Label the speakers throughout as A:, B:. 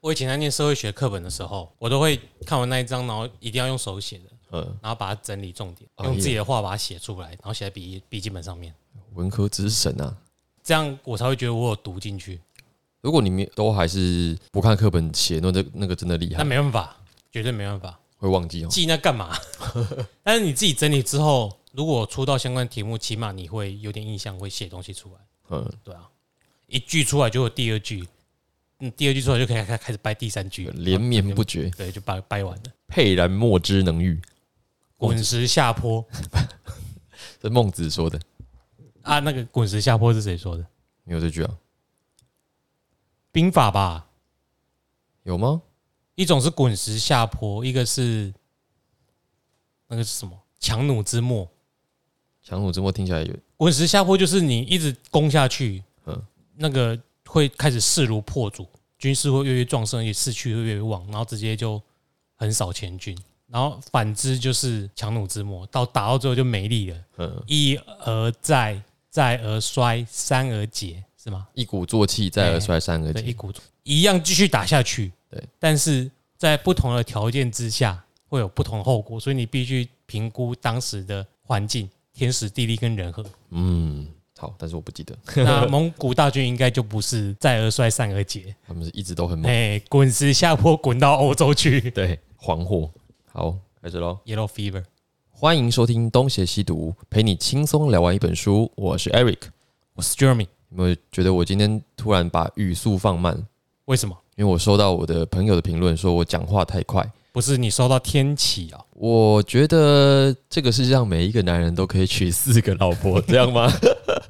A: 我以前在念社会学课本的时候，我都会看完那一章，然后一定要用手写的，
B: 嗯，
A: 然后把它整理重点，
B: 哦
A: 用自己的话把它写出来，然后写在笔笔记本上面，
B: 文科之神啊！
A: 这样我才会觉得我有读进去。
B: 如果你们都还是不看课本写，那这那个真的厉
A: 那
B: 害，
A: 没办法，绝对没办法，
B: 会忘记哦。
A: 记那干嘛？ 但是你自己整理之后，如果出到相关题目，起码你会有点印象，会写东西出来。
B: 嗯，
A: 对啊，一句出来就有第二句，嗯，第二句出来就可以开开始掰第三句，
B: 连绵不绝，
A: 对，就掰掰完了。
B: 沛然莫之能御，
A: 滚石下坡
B: 这孟子说的。
A: 啊，那个滚石下坡是谁说的？
B: 你有这句啊？
A: 兵法吧，
B: 有吗？
A: 一种是滚石下坡，一个是那个是什么？强弩之末。
B: 强弩之末听起来有
A: 滚石下坡就是你一直攻下去，
B: 嗯
A: 那个会开始势如破竹，军事会越来越壮盛，也士气会越来越旺，然后直接就很少前军。然后反之就是强弩之末，到打到最后就没力了，
B: 嗯，
A: 一而再，再而衰，三而竭，是吗？
B: 一鼓作气，再而衰，三而
A: 对，一
B: 竭。
A: 股作一样继续打下去，
B: 对，
A: 但是在不同的条件之下会有不同的后果，所以你必须评估当时的环境、天时、地利跟人 和。
B: 嗯，好，但是我不记得，
A: 那蒙古大军应该就不是再而衰散而竭，
B: 他们是一直都很猛。
A: 哎，滚石下坡滚到欧洲 去。
B: 对，黄祸。好，开始喽。
A: Yellow Fever，
B: 欢迎收听《东邪西毒》，陪你轻松聊完一本书。我是 Eric。
A: 我是 Jeremy，
B: 有没有觉得我今天突然把语速放慢？
A: 为什么？
B: 因为我收到我的朋友的评论，说我讲话太快。
A: 不是你收到天启啊、
B: 我觉得这个世界上每一个男人都可以娶四个老婆， 这样吗？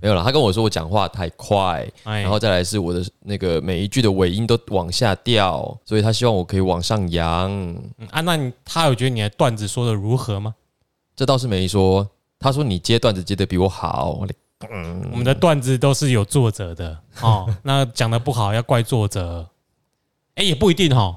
B: 没有啦，他跟我说我讲话太快，
A: 哎，
B: 然后再来是我的那个每一句的尾音都往下掉，所以他希望我可以往上扬。
A: 嗯啊，那你他有觉得你的段子说的如何吗？
B: 这倒是没说，他说你接段子接的比我好，我的
A: 我们的段子都是有作者的哦，那讲的不好要怪作者，哎、也不一定哦，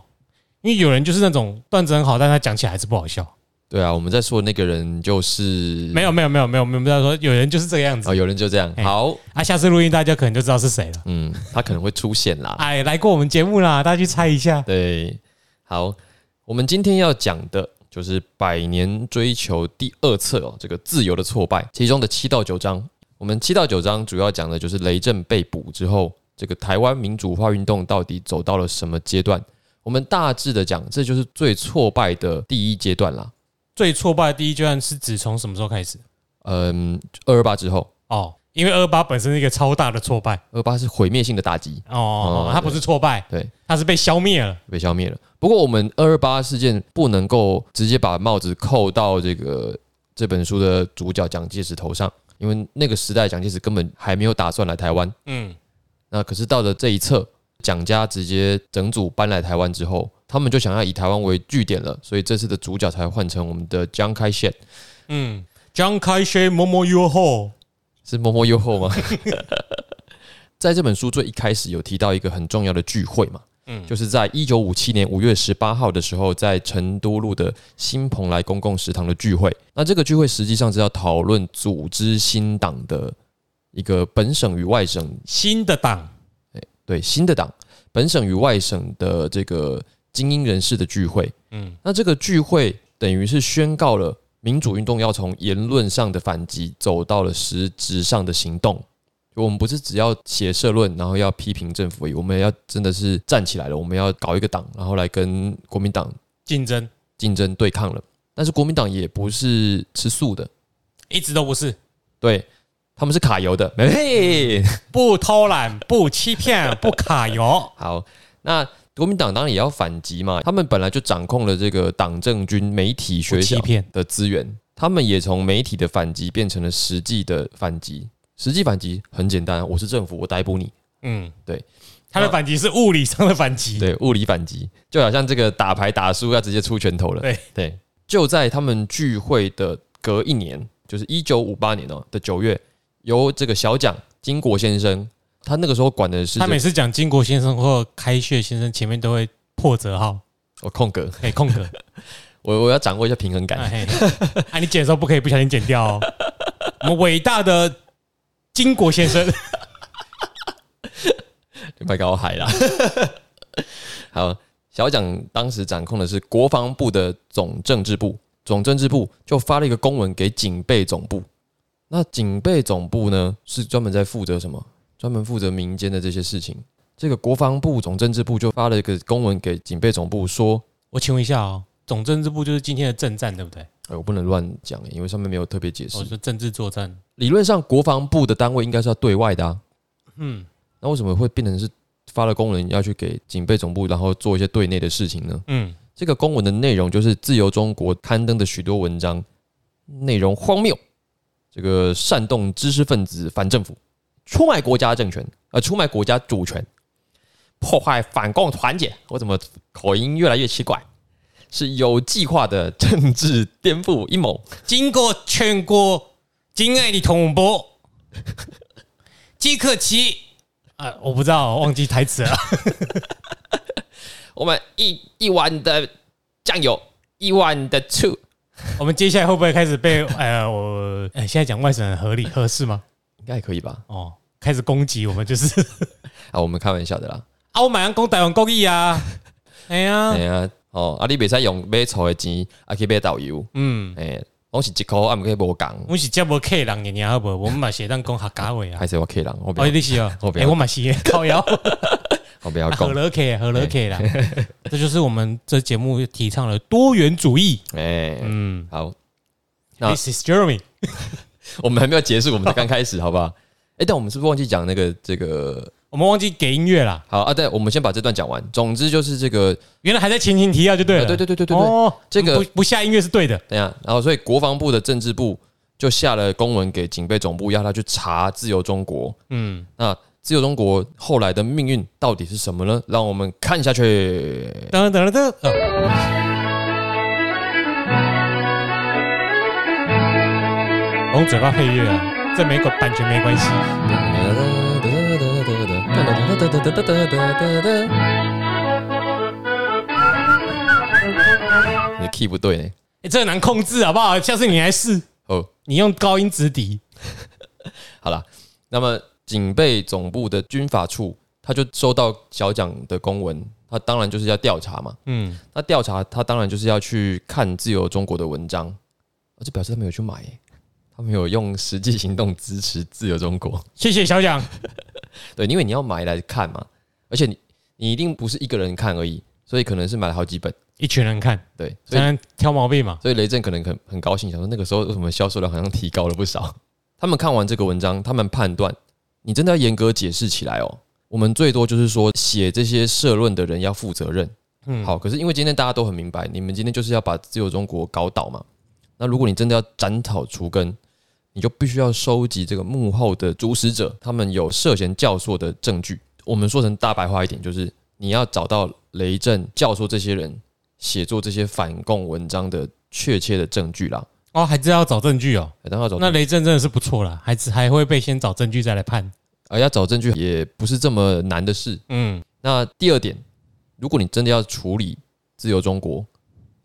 A: 因为有人就是那种段子很好，但他讲起来还是不好笑。
B: 对啊，我们在说的那个人就是
A: 没有没有没有没有没有，不要说有人就是这个样子
B: 哦，有人就这样。
A: 哎
B: 好，
A: 啊，下次录音大家可能就知道是谁了。
B: 嗯，他可能会出现 啦。
A: 哎，来过我们节目啦，大家去猜一下。
B: 对，好，我们今天要讲的就是《百年追求》第二册哦，这个自由的挫败，其中的七到九章。我们七到九章主要讲的就是雷震被捕之后，这个台湾民主化运动到底走到了什么阶段？我们大致的讲，这就是最挫败的第一阶段啦。
A: 最挫败的第一阶段是指从什么时候开始？
B: 嗯，二二八之后，
A: 哦，因为二八本身是一个超大的挫败
B: 二八是毁灭性的打击，
A: 哦哦，
B: 哦
A: 它不是挫败，
B: 对，
A: 它是被消灭了。
B: 被消灭了。不过，我们二二八事件不能够直接把帽子扣到这个这本书的主角蒋介石头上，因为那个时代蒋介石根本还没有打算来台湾。
A: 嗯，
B: 那可是到了这一侧，蒋家直接整组搬来台湾之后，他们就想要以台湾为据点了，所以这次的主角才换成我们的江开宪，
A: 嗯，张开学摸摸 your hole，
B: 是摸摸优厚吗？ 在这本书最一开始有提到一个很重要的聚会嘛，
A: 嗯，
B: 就是在一九五七年五月十八号的时候，在成都路的新蓬莱公共食堂的聚会。那这个聚会实际上是要讨论组织新党的一个本省与外省
A: 新的党
B: 对新的党、本省与外省的这个精英人士的聚会。
A: 嗯，
B: 那这个聚会等于是宣告了民主运动要从言论上的反击走到了实质上的行动。就我们不是只要写社论，然后要批评政府而已，我们要真的是站起来了，我们要搞一个党，然后来跟国民党
A: 竞争
B: 竞争对抗了。但是国民党也不是吃素的，
A: 一直都不是，
B: 对，他们是卡油的。嘿，
A: 不偷懒，不欺骗，不卡油。
B: 好，那国民党当然也要反击嘛，他们本来就掌控了这个党政军、媒体、学校
A: 不欺骗
B: 的资源，他们也从媒体的反击变成了实际的反击。实际反击很简单，啊我是政府，我逮捕你。
A: 嗯，
B: 对，
A: 他的反击是物理上的反击。
B: 对，物理反击，就好像这个打牌打输要直接出拳头了。
A: 对
B: 对，就在他们聚会的隔一年，就是一九五八年哦的九月，由这个小蒋金国先生，他那个时候管的是
A: 他每次讲金国先生或开穴先生，前面都会破折号，
B: 我哦空格，
A: 哎，空格，
B: 我我要掌握一下平衡感。
A: 哎，嘿啊，你剪的时候不可以不小心剪掉 哦。我们伟大的金国先生，
B: 你别搞我海啦。 好，小蒋当时掌控的是国防部的总政治部，总政治部就发了一个公文给警备总部。那警备总部呢，是专门在负责什么？专门负责民间的这些事情。这个国防部总政治部就发了一个公文给警备总部，说
A: 我请问一下哦，总政治部就是今天的政战对不对？：“
B: 哎，我不能乱讲，因为上面没有特别解释
A: 我。说政治作战，
B: 理论上，国防部的单位应该是要对外的啊，
A: 嗯
B: 那为什么会变成是发了公文要去给警备总部，然后做一些对内的事情呢？
A: 嗯，
B: 这个公文的内容就是《自由中国》刊登的许多文章，内容荒谬，这个煽动知识分子反政府，出卖国家政权，呃，出卖国家主权，破坏反共团结。我怎么口音越来越奇怪？是有计划的政治颠覆阴谋。
A: 经过全国精爱的统 播，即可期。啊，我不知道，忘记台词了。
B: 我们一一碗的酱油，一碗的醋，
A: 我们接下来会不会开始被呃，我呃现在讲外省人合理合适吗？
B: 应该也可以吧？
A: 哦，开始攻击我们，就是
B: 啊，我们开玩笑的啦。
A: 啊，我马上攻台湾公益 啊！哎呀
B: 哎，呀，哦，啊，你袂使用买醋的钱，啊去买豆油，
A: 嗯，
B: 哎、拢是一箍，啊，毋计无共，
A: 我是接无客人的，你好不好？我们嘛是当讲客家话啊。
B: 还是我客人，我不
A: 哦，
B: 要，
A: 你是哦
B: 哎我，不
A: 哎，
B: 要
A: 我嘛 是靠腰。
B: 我不要
A: 啊
B: 讲哎
A: 何，乐 K 何乐 K 啦， 这就是我们这节目提倡的多元主义。
B: 哎、
A: 嗯
B: 好，那
A: ，This is Jeremy。
B: 我们还没有结束，我们才刚开始，好不好？哎、但我们是不是忘记讲那个这个？
A: 我们忘记给音乐啦，
B: 好啊，对，我们先把这段讲完。总之就是这个，
A: 原来还在前情提要就对了。
B: 啊对对对对对对
A: 哦，
B: 这个
A: 不不下音乐是对的。
B: 等一下，然后所以国防部的政治部就下了公文给警备总部，要他去查自由中国。
A: 嗯，
B: 那自由中国后来的命运到底是什么呢？让我们看下去。
A: 噔噔噔噔，呃我用嘴巴配乐啊，这没关版权没关系。欸
B: 你的 key 不对呢。
A: 哎，这个难控制好不好？下次你来试，
B: 哦，
A: 你用高音直笛。
B: 好啦，那么警备总部的军法处，他就收到小蒋的公文，他当然就是要调查嘛。
A: 嗯，
B: 那调查他当然就是要去看自由中国的文章，而这表示他没有去买耶，他没有用实际行动支持自由中国。
A: 谢谢小蒋。
B: 对，因为你要买来看嘛，而且你你一定不是一个人看而已，所以可能是买了好几本。
A: 一群人看，
B: 对，所
A: 才
B: 以
A: 能挑毛病嘛。
B: 所以雷震可能很很高兴，想说那个时候为什么销售量好像提高了不少。 他们看完这个文章，他们判断你真的要严格解释起来哦。我们最多就是说写这些社论的人要负责任。
A: 嗯，
B: 好，可是因为今天大家都很明白，你们今天就是要把自由中国搞倒嘛。那如果你真的要斩草除根，你就必须要收集这个幕后的主使者，他们有涉嫌教唆的证据。我们说成大白话一点，就是你要找到雷震教唆这些人写作这些反共文章的确切的证据啦。
A: 哦，还真要找证据哦。
B: 然后要找
A: 那雷震真的是不错啦，还是还会被先找证据再来判。
B: 而哎要找证据也不是这么难的事。
A: 嗯，
B: 那第二点，如果你真的要处理自由中国，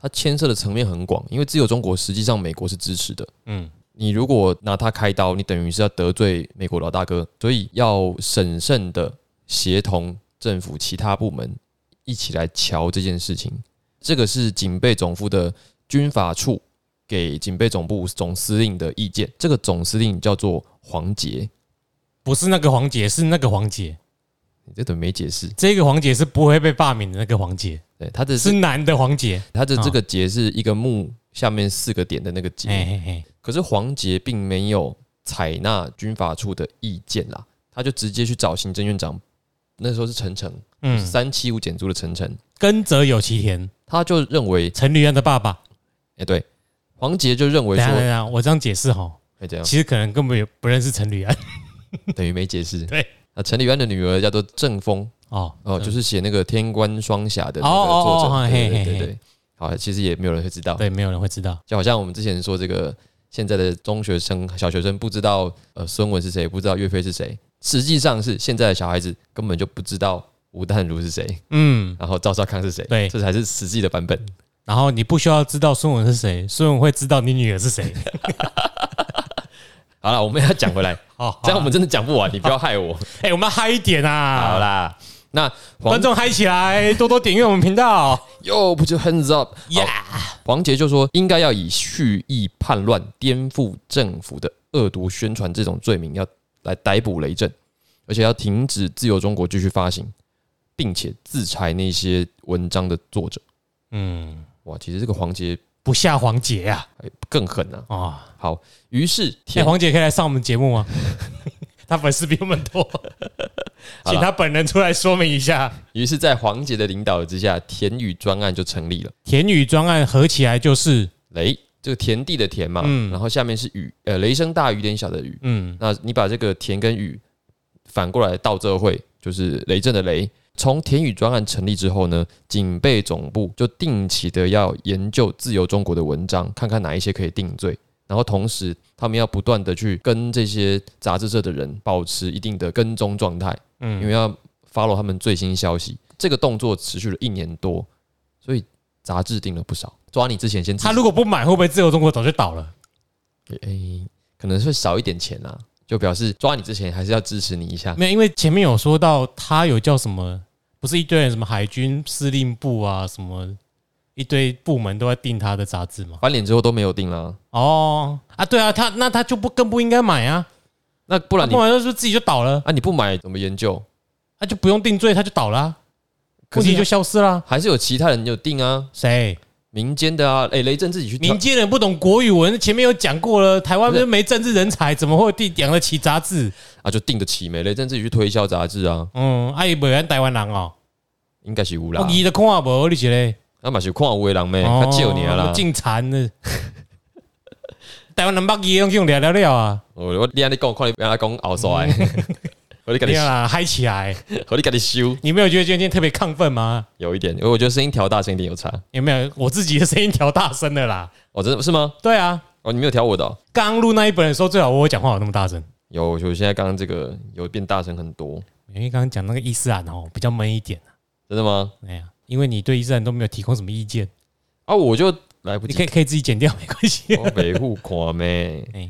B: 它牵涉的层面很广，因为自由中国实际上美国是支持的。
A: 嗯，
B: 你如果拿它开刀，你等于是要得罪美国老大哥，所以要审慎的协同政府其他部门一起来瞧这件事情。这个是警备总部的军法处给警备总部总司令的意见，这个总司令叫做黄杰。
A: 不是那个黄姐，是那个黄姐，
B: 你这等于没解释，
A: 这个黄姐是不会被罢免的那个黄姐，
B: 对，他的
A: 是男的黄姐。
B: 它的
A: 啊
B: 这个节是一个木下面四个点的那个节，
A: 嘿嘿嘿，
B: 可是黄杰并没有采纳军法处的意见啦，他就直接去找行政院长，那时候是陈诚，
A: 嗯，
B: 三七五减租的陈诚，
A: 耕者有其田，
B: 他就认为，
A: 陈履安的爸爸。
B: 哎、对，黄杰就认为
A: 等一
B: 说，
A: 下等一
B: 哎、
A: 下，我嗯这样解释哈，
B: 这样
A: 其实可能根本也不认识陈履安。
B: 等于没解 释。
A: 对，
B: 啊，陈李渊的女儿叫做郑峰，
A: 哦
B: 哦，就是写那个《天官双侠》的那
A: 哦
B: 个
A: 哦
B: 作
A: 哦
B: 者，对
A: 嘿
B: 对
A: 嘿
B: 对
A: 嘿
B: 对，好，其实也没有人会知道，
A: 对，没有人会知道。
B: 就好像我们之前说，这个现在的中学生、小学生不知道呃孙文是谁，不知道岳飞是谁，实际上是现在的小孩子根本就不知道吴淡如是谁，
A: 嗯，
B: 然后赵少康是谁，
A: 对
B: 这才是实际的版本。
A: 然后你不需要知道孙文是谁，孙文会知道你女儿是 谁。
B: 好了，我们要讲回来，
A: 哦好，啊
B: 这样我们真的讲不完，你不要害我。
A: 哎，我们要嗨一点啊！
B: 好，啦，那黄
A: 观众嗨起来，多多点阅我们频道。
B: 又不就 hands up？
A: Yeah
B: 好黄杰就说，应该要以蓄意叛乱、颠覆政府的恶毒宣传这种罪名，要来逮捕雷震，而且要停止自由中国继续发行，并且制裁那些文章的作者。
A: 嗯，
B: 哇，其实这个黄杰
A: 不下黄杰啊
B: 更狠啊！
A: 啊！
B: 好，于是
A: 哎，
B: 天
A: 黄杰可以来上我们节目 吗？他粉丝比我们 多，
B: 好
A: 请
B: 了
A: 他本人出来说明一下。
B: 于是在黄杰的领导之下，田宇专案就成立了。
A: 田宇专案合起来就是，
B: 雷，这个田地的田嘛，
A: 嗯
B: 然后下面是雨，呃，雷声大雨点小的雨。
A: 嗯，
B: 那你把这个田跟雨反过来倒这会，就是雷震的雷。从田雨专案成立之后呢，警备总部就定期的要研究自由中国的文章，看看哪一些可以定罪。然后同时，他们要不断的去跟这些杂志社的人保持一定的跟踪状态，
A: 嗯
B: 嗯，因为要 follow 他们最新消息。这个动作持续了一年多，所以杂志定了不少。抓你之前先制止
A: 他如果不买，会不会自由中国早就倒了？
B: 诶、可能是会少一点钱啊，就表示抓你之前还是要支持你一下。
A: 没有，因为前面有说到他有叫什么，不是一堆人什么海军司令部啊，什么一堆部门都在订他的杂志嘛。
B: 翻脸之后都没有定啦，
A: 哦啊，对啊，他那他就不更不应该买啊，
B: 那不
A: 不
B: 然你
A: 啊不然就是自己就倒了，
B: 啊你不买怎么研究？
A: 他就不用定罪，他就倒了啊、
B: 可
A: 问
B: 是
A: 题就消失了啊。
B: 还是有其他人有定啊，
A: 谁？
B: 民间的啊，诶、雷震自己去挑
A: 民间人不懂国语文，前面有讲过了，台湾
B: 不是
A: 没政治人才，怎么会定养得起杂志？
B: 啊，就定得起没？雷震自己去推销杂志啊，
A: 嗯，啊，伊袂咱台湾人哦，
B: 应该是无啦
A: 我，伊都看无，你一个。
B: 那嘛是看有的人咩？
A: 哦
B: 他借你啊啦，
A: 进残的。 台湾人北伊用用聊聊聊啊，
B: 哦我我你安尼讲，看你不要讲后衰， 我你跟
A: 嗯对啊
B: 你
A: 啦，嗨起来！
B: 我你跟你修
A: 你没有觉得今天特别亢奋吗？
B: 有一点，因为我觉得声音调大声一点有差。
A: 有没有？我自己的声音调大声的啦。
B: 哦，真的是吗？
A: 对啊，
B: 哦，你没有调我的哦、
A: 刚录那一本的时候，最好我有讲话有那么大声。
B: 有，我现在刚刚这个有变大声很多，
A: 因为刚刚讲那个伊斯兰哦，比较闷一点。
B: 真的吗？
A: 哎呀，因为你对伊斯兰都没有提供什么意见，
B: 啊，我就来不
A: 你
B: 及
A: 可以可以自己剪掉，没关 系。
B: 我北户看咩？
A: 哎，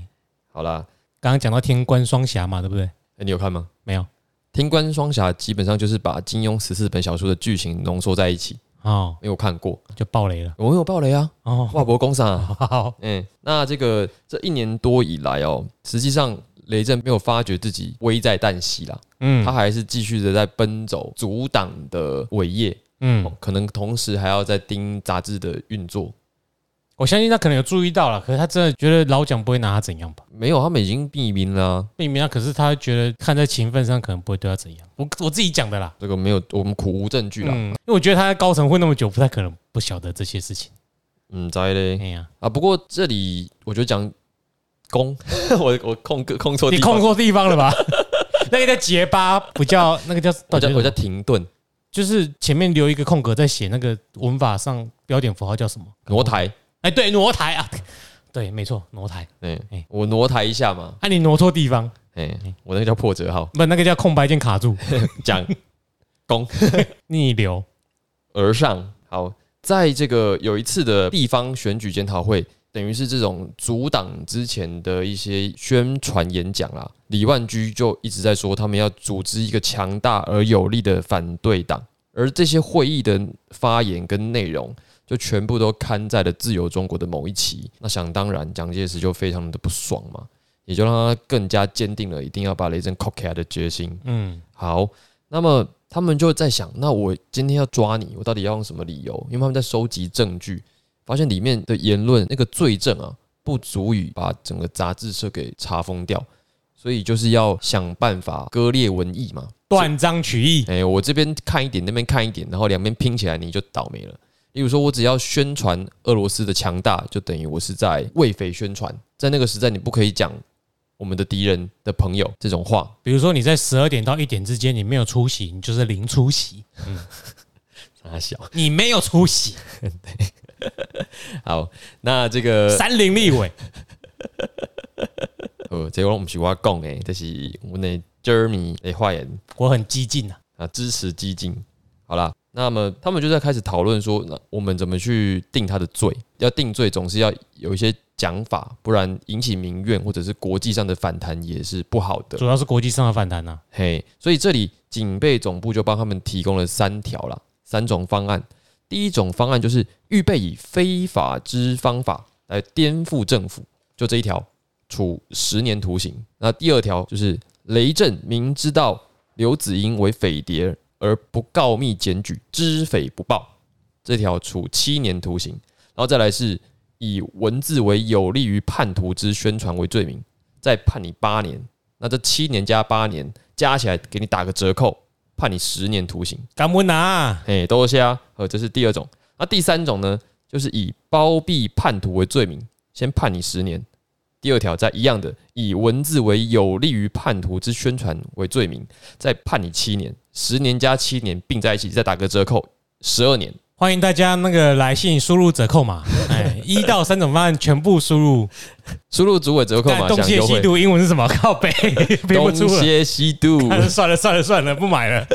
B: 好啦，
A: 刚刚讲到天官双侠嘛，对不对？
B: 欸你有看吗？
A: 没有
B: 《天官双侠》基本上就是把金庸十四本小说的剧情浓缩在一起，
A: 哦，
B: 因为我看过，
A: 就爆雷了
B: 我有爆雷啊，
A: 哦。
B: 华博工商啊，
A: 好，
B: 嗯，那这个这一年多以来哦，实际上雷震没有发觉自己危在旦夕啦，他
A: 嗯
B: 还是继续的在奔走阻挡的伟业，哦
A: 嗯，
B: 可能同时还要在盯杂志的运作。
A: 我相信他可能有注意到了，可是他真的觉得老蒋不会拿他怎样吧？
B: 没有，他们已经避兵啦、
A: 并没有，可是他觉得看在情分上，可能不会对他怎样。我我自己讲的啦，
B: 这个没有，我们苦无证据啦。
A: 嗯，因为我觉得他在高层混那么久，不太可能不晓得这些事情。
B: 嗯，在嘞
A: 哎呀，
B: 啊，不过这里我觉得讲攻， 我 我空空错
A: 你
B: 地
A: 空
B: 方，
A: 错地方了吧？ 那个叫结巴，不叫那个叫，
B: 我哦叫我
A: 叫
B: 叫停顿
A: 就是前面留一个空格，在写那个文法上标点符号叫什么？
B: 挪台，
A: 哎，对，挪台啊， 对，没错，挪台。
B: 哎、
A: 哎
B: 我挪台一下嘛，
A: 啊，你挪错地方，
B: 哎、我那个叫破折号，
A: 不，那个叫空白键卡住，
B: 讲
A: 逆流。
B: 而上。好，在这个有一次的地方选举检讨会，等于是这种阻挡之前的一些宣传演讲啦。李万居就一直在说，他们要组织一个强大而有力的反对党，而这些会议的发言跟内容。就全部都刊在了《自由中国》的某一期，那想当然，蒋介石就非常的不爽嘛，也就让他更加坚定了一定要把雷震扣起来的决心。
A: 嗯
B: 好，那么他们就在想，那我今天要抓你，我到底要用什么理由？因为他们在收集证据，发现里面的言论那个罪证啊，不足以把整个杂志社给查封掉，所以就是要想办法割裂文艺嘛。
A: 断章取义。
B: 哎、我这边看一点，那边看一点，然后两边拼起来，你就倒霉了。例如说，我只要宣传俄罗斯的强大，就等于我是在为匪宣传。在那个时代，你不可以讲我们的敌人的朋友这种话，
A: 比如说你在十二点到一点之间，你没有出席，你就是零出席，
B: 傻小。
A: 你没有出席。
B: 好，那这个
A: 三零立 委，
B: 呃，这个我不是我讲诶，这是我们的 Jeremy 的发言
A: 我很激进啊。
B: 啊，支持激进。好啦，那么他们就在开始讨论说，那我们怎么去定他的罪？要定罪，总是要有一些讲法，不然引起民怨或者是国际上的反弹也是不好的。
A: 主要是国际上的反弹啊呐、
B: 嘿，所以这里警备总部就帮他们提供了三条啦，三种方案。第一种方案就是预备以非法之方法来颠覆政府，就这一条，处十年徒刑。那第二条就是雷震明知道刘子英为匪谍而不告密检举，知匪不报，这条处七年徒刑。然后再来是以文字为有利于叛徒之宣传为罪名，再判你八年。那这七年加八年加起来，给你打个折扣，判你十年徒刑。
A: 敢问呐，
B: 嘿，多谢啊。呃，这是第二种。那第三种呢，就是以包庇叛徒为罪名，先判你十年。第二条再一样的，以文字为有利于叛徒之宣传为罪名，再判你七年，十年加七年并在一起，再打个折扣，十二年。
A: 欢迎大家那个来信输入折扣 码，哎，一到三种方案全部输入。
B: 输入主委折扣
A: 看
B: 码
A: 东
B: 享
A: 邪
B: 优
A: 西
B: 惠。
A: 毒英文是什么？靠 背背不出
B: 东
A: 了。
B: 邪 西毒，
A: 算了算了算了，不买了，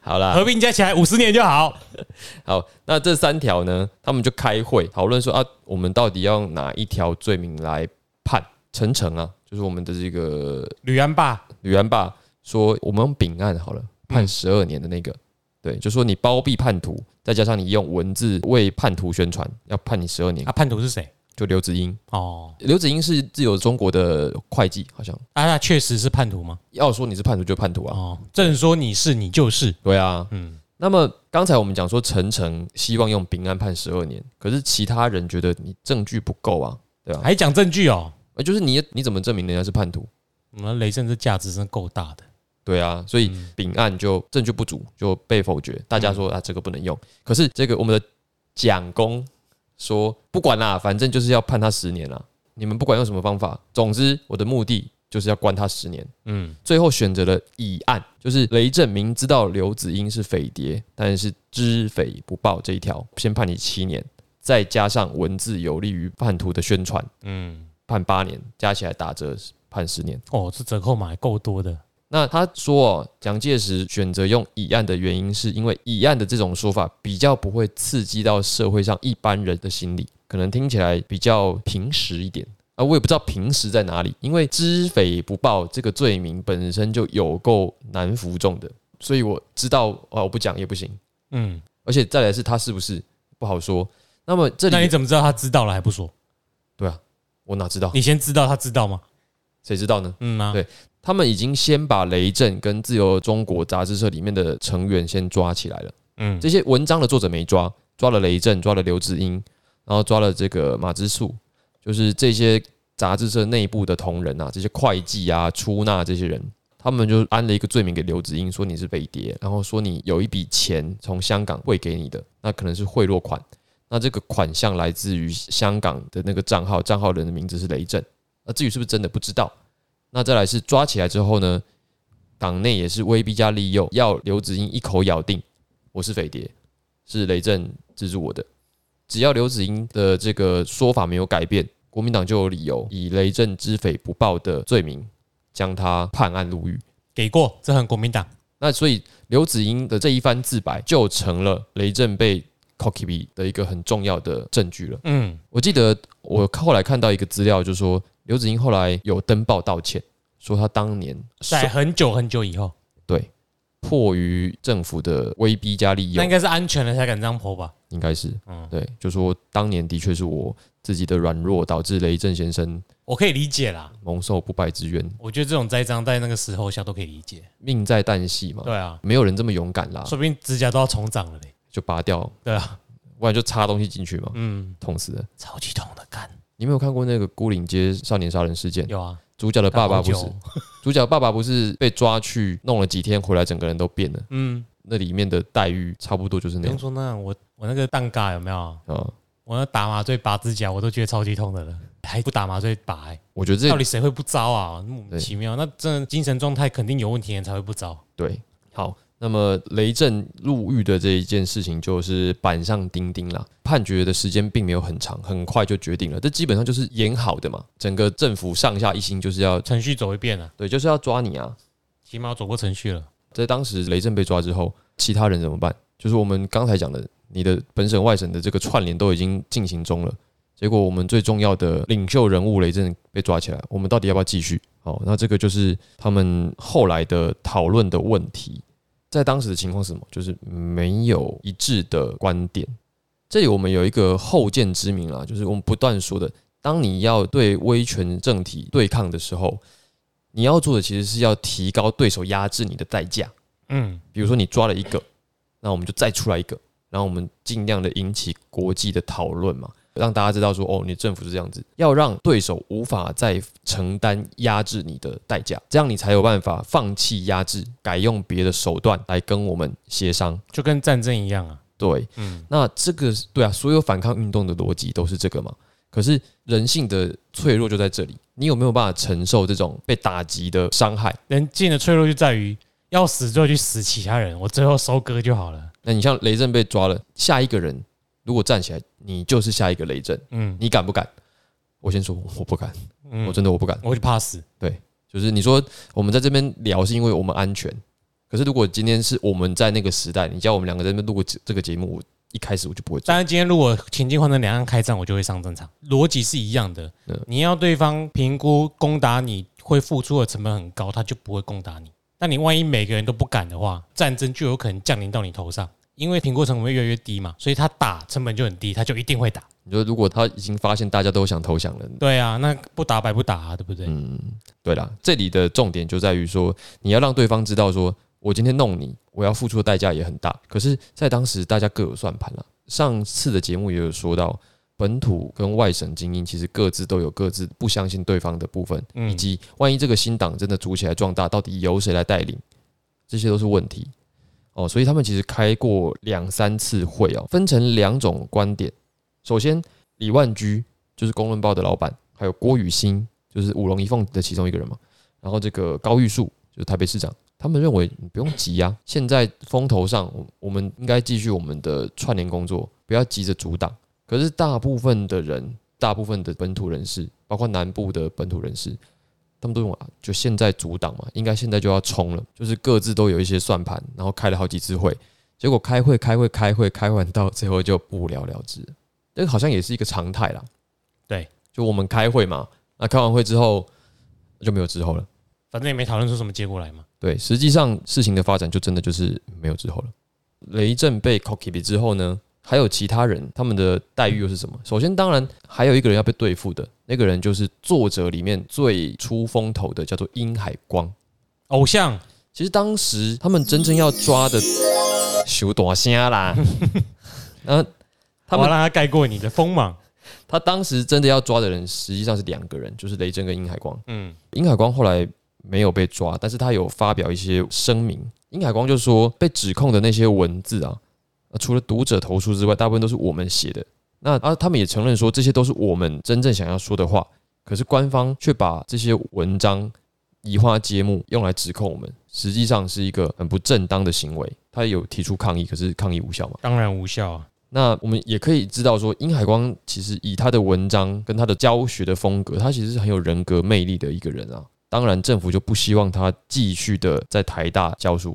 B: 好啦，
A: 合并加起来五十年就好。
B: 好，那这三条呢，他们就开会讨论说啊，我们到底要用哪一条罪名来判陈诚啊？就是我们的这个
A: 吕安爸，
B: 吕安霸说，我们用丙案好了，判
A: 嗯
B: 十二年的那个，对，就说你包庇叛徒，再加上你用文字为叛徒宣传，要判你十二年
A: 啊，。叛徒是谁？
B: 就刘子英，
A: 哦，
B: 刘子英是自由中国的会计，好像
A: 啊，他确实是叛徒吗？
B: 要说你是叛徒就叛徒啊，
A: 哦，正说你是你就是，
B: 对啊，
A: 嗯，
B: 那么刚才我们讲说，陈诚希望用丙案判十二年，可是其他人觉得你证据不够啊，对吧、
A: 还讲证据哦。
B: 呃就是你你怎么证明人家是叛徒？
A: 我们雷震这价值真的够大的，
B: 对啊，所以丙案就证据不足就被否决，大家说啊这个不能用。可是这个我们的蒋公说不管啦，反正就是要判他十年啦。你们不管用什么方法，总之我的目的就是要关他十年。
A: 嗯，
B: 最后选择了乙案，就是雷震明知道刘子英是匪谍，但是知匪不报这一条，先判你七年，再加上文字有利于叛徒的宣传，
A: 嗯，
B: 判八年，加起来打折判十年。
A: 哦，这折扣码还够多的，
B: 那他说、哦，蒋介石选择用乙案的原因，是因为乙案的这种说法比较不会刺激到社会上一般人的心理，可能听起来比较平实一点啊。我也不知道平实在哪里，因为知匪不报这个罪名本身就有够难服众的，所以我知道啊，我不讲也不行。
A: 嗯，
B: 而且再来是他是不是不好说。那么这
A: 那你
B: 里
A: 怎么知道他知道了还不说？
B: 对啊，我哪知道？
A: 你先知道他知道吗？
B: 谁知道呢？
A: 嗯啊，
B: 对他们已经先把雷震跟自由中国杂志社里面的成员先抓起来了。
A: 嗯，
B: 这些文章的作者没抓，抓了雷震，抓了刘志英，然后抓了这个马之树，就是这些杂志社内部的同仁啊，这些会计啊、出纳这些人，他们就安了一个罪名给刘志英，说你是匪谍，然后说你有一笔钱从香港汇给你的，那可能是贿赂款，那这个款项来自于香港的那个账号，账号人的名字是雷震，那至于是不是真的不知道。那再来是抓起来之后呢，党内也是威逼加利诱，要刘子英一口咬定。我是匪谍，是雷震资助我的。只要刘子英的这个说法没有改变，国民党就有理由以雷震知匪不报的罪名将他判案入狱。
A: 给过，这很国民党。
B: 那所以刘子英的这一番自白就成了雷震被 c o c k y 的一个很重要的证据了。
A: 嗯，
B: 我记得我后来看到一个资料，就说刘子英后来有登报道歉，说他当年
A: 在很久很久以后，
B: 对迫于政府的威逼加利诱
A: 那应，该是安全了才敢这样泼吧？
B: 应该是，
A: 嗯
B: 对，就说当年的确是我自己的软弱导致雷震先生
A: 我可以理解啦，
B: 蒙受不败之冤，
A: 我觉得这种栽赃在那个时候下都可以理解。
B: 命在旦夕嘛，
A: 对啊，
B: 没有人这么勇敢啦，
A: 说不定指甲都要重长了嘞。
B: 就拔掉，
A: 对啊，
B: 不然就插东西进去嘛，
A: 嗯，
B: 痛死了。
A: 超级痛的，干
B: 你没有看过那个孤岭街少年杀人事件？
A: 有啊，
B: 主角的爸爸不
A: 干好
B: 是
A: 久哦，
B: 主角的爸爸不是被抓去弄了几天，回来整个人都变了。
A: 嗯，
B: 那里面的待遇差不多就是
A: 不
B: 那
A: 用
B: 样
A: 说那样，我我那个蛋嘎有没有？
B: 啊。
A: 我那打麻醉拔指甲，我都觉得超级痛的了，还不打麻醉拔、欸，
B: 我觉得这
A: 到底谁会不招啊？莫名其妙，那真的精神状态肯定有问题，人才会不招。
B: 对，好，那么雷震入狱的这一件事情就是板上钉钉啦。判决的时间并没有很长，很快就决定了。这基本上就是演好的嘛，整个政府上下一心就是要
A: 程序走一遍了、
B: 对，就是要抓你啊。
A: 起码我走过程序了。
B: 在当时雷震被抓之后，其他人怎么办？就是我们刚才讲的，你的本省外省的这个串联都已经进行中了。结果我们最重要的领袖人物雷震被抓起来，我们到底要不要继续？好，那这个就是他们后来的讨论的问题。在当时的情况是什么？就是没有一致的观点。这里我们有一个后见之明啦，就是我们不断说的，当你要对威权政体对抗的时候，你要做的其实是要提高对手压制你的代价。
A: 嗯，
B: 比如说你抓了一个，那我们就再出来一个，然后我们尽量的引起国际的讨论嘛，让大家知道说，哦，你政府是这样子，要让对手无法再承担压制你的代价，这样你才有办法放弃压制，改用别的手段来跟我们协商。
A: 就跟战争一样啊。
B: 对，
A: 嗯，
B: 那这个是对啊，所有反抗运动的逻辑都是这个嘛。可是人性的脆弱就在这里，你有没有办法承受这种被打击的伤害？
A: 人性的脆弱就在于要死就去死其他人，我最后收割就好了。
B: 那你像雷震被抓了，下一个人如果站起来，你就是下一个雷震，
A: 嗯，
B: 你敢不敢？我先说，我不敢，
A: 嗯
B: 我真的我不敢。
A: 我就怕死。
B: 就是你说我们在这边聊是因为我们安全，可是如果今天是我们在那个时代，你叫我们两个在那边录过这个节目，我一开始我就不会做
A: 当。然，今天如果情境换成两岸开战，我就会上战场，逻辑是一样的
B: 嗯。
A: 你要对方评估攻打你会付出的成本很高，他就不会攻打你。但你万一每个人都不敢的话，战争就有可能降临到你头上，因为评估成本会越来越低嘛，所以他打成本就很低，他就一定会打。
B: 你说如果他已经发现大家都想投降了，
A: 对啊，那不打白不打啊，对不对？
B: 嗯，对啦，这里的重点就在于说，你要让对方知道说，我今天弄你，我要付出的代价也很大。可是，在当时大家各有算盘啦。上次的节目也有说到，本土跟外省精英其实各自都有各自不相信对方的部分，
A: 嗯
B: 以及万一这个新党真的组起来壮大，到底由谁来带领，这些都是问题。哦，所以他们其实开过两三次会哦，分成两种观点。首先，李万居就是公论报的老板，还有郭雨欣，就是五龙一凤的其中一个人嘛。然后这个高玉树就是台北市长，他们认为你不用急呀、现在风头上，我我们应该继续我们的串联工作，不要急着阻挡。可是大部分的人，大部分的本土人士，包括南部的本土人士，他们都用啊，就现在阻挡嘛，应该现在就要冲了，就是各自都有一些算盘，然后开了好几次会，结果开会开会开会开完到最后就不了了之了，这个好像也是一个常态啦。
A: 对，
B: 就我们开会嘛，那开完会之后就没有之后了。
A: 反正也没讨论出什么结果来嘛。
B: 对，实际上事情的发展就真的就是没有之后了。雷震被 c o k i 之后呢，还有其他人他们的待遇又是什么？首先，当然还有一个人要被对付的，那个人就是作者里面最出风头的，叫做殷海光。
A: 偶像，
B: 其实当时他们真正要抓的，修大声啦，那他
A: 我要
B: 们
A: 让他盖过你的锋芒。
B: 他当时真的要抓的人，实际上是两个人，就是雷震跟殷海光。
A: 嗯，
B: 殷海光后来没有被抓，但是他有发表一些声明。殷海光就说，被指控的那些文字啊，呃除了读者投诉之外，大部分都是我们写的。那啊，他们也承认说，这些都是我们真正想要说的话，可是官方却把这些文章移花接木，用来指控我们，实际上是一个很不正当的行为。他有提出抗议，可是抗议无效嘛。
A: 当然无效啊。
B: 那我们也可以知道说，殷海光其实以他的文章跟他的教学的风格，他其实是很有人格魅力的一个人啊。当然，政府就不希望他继续的在台大教书，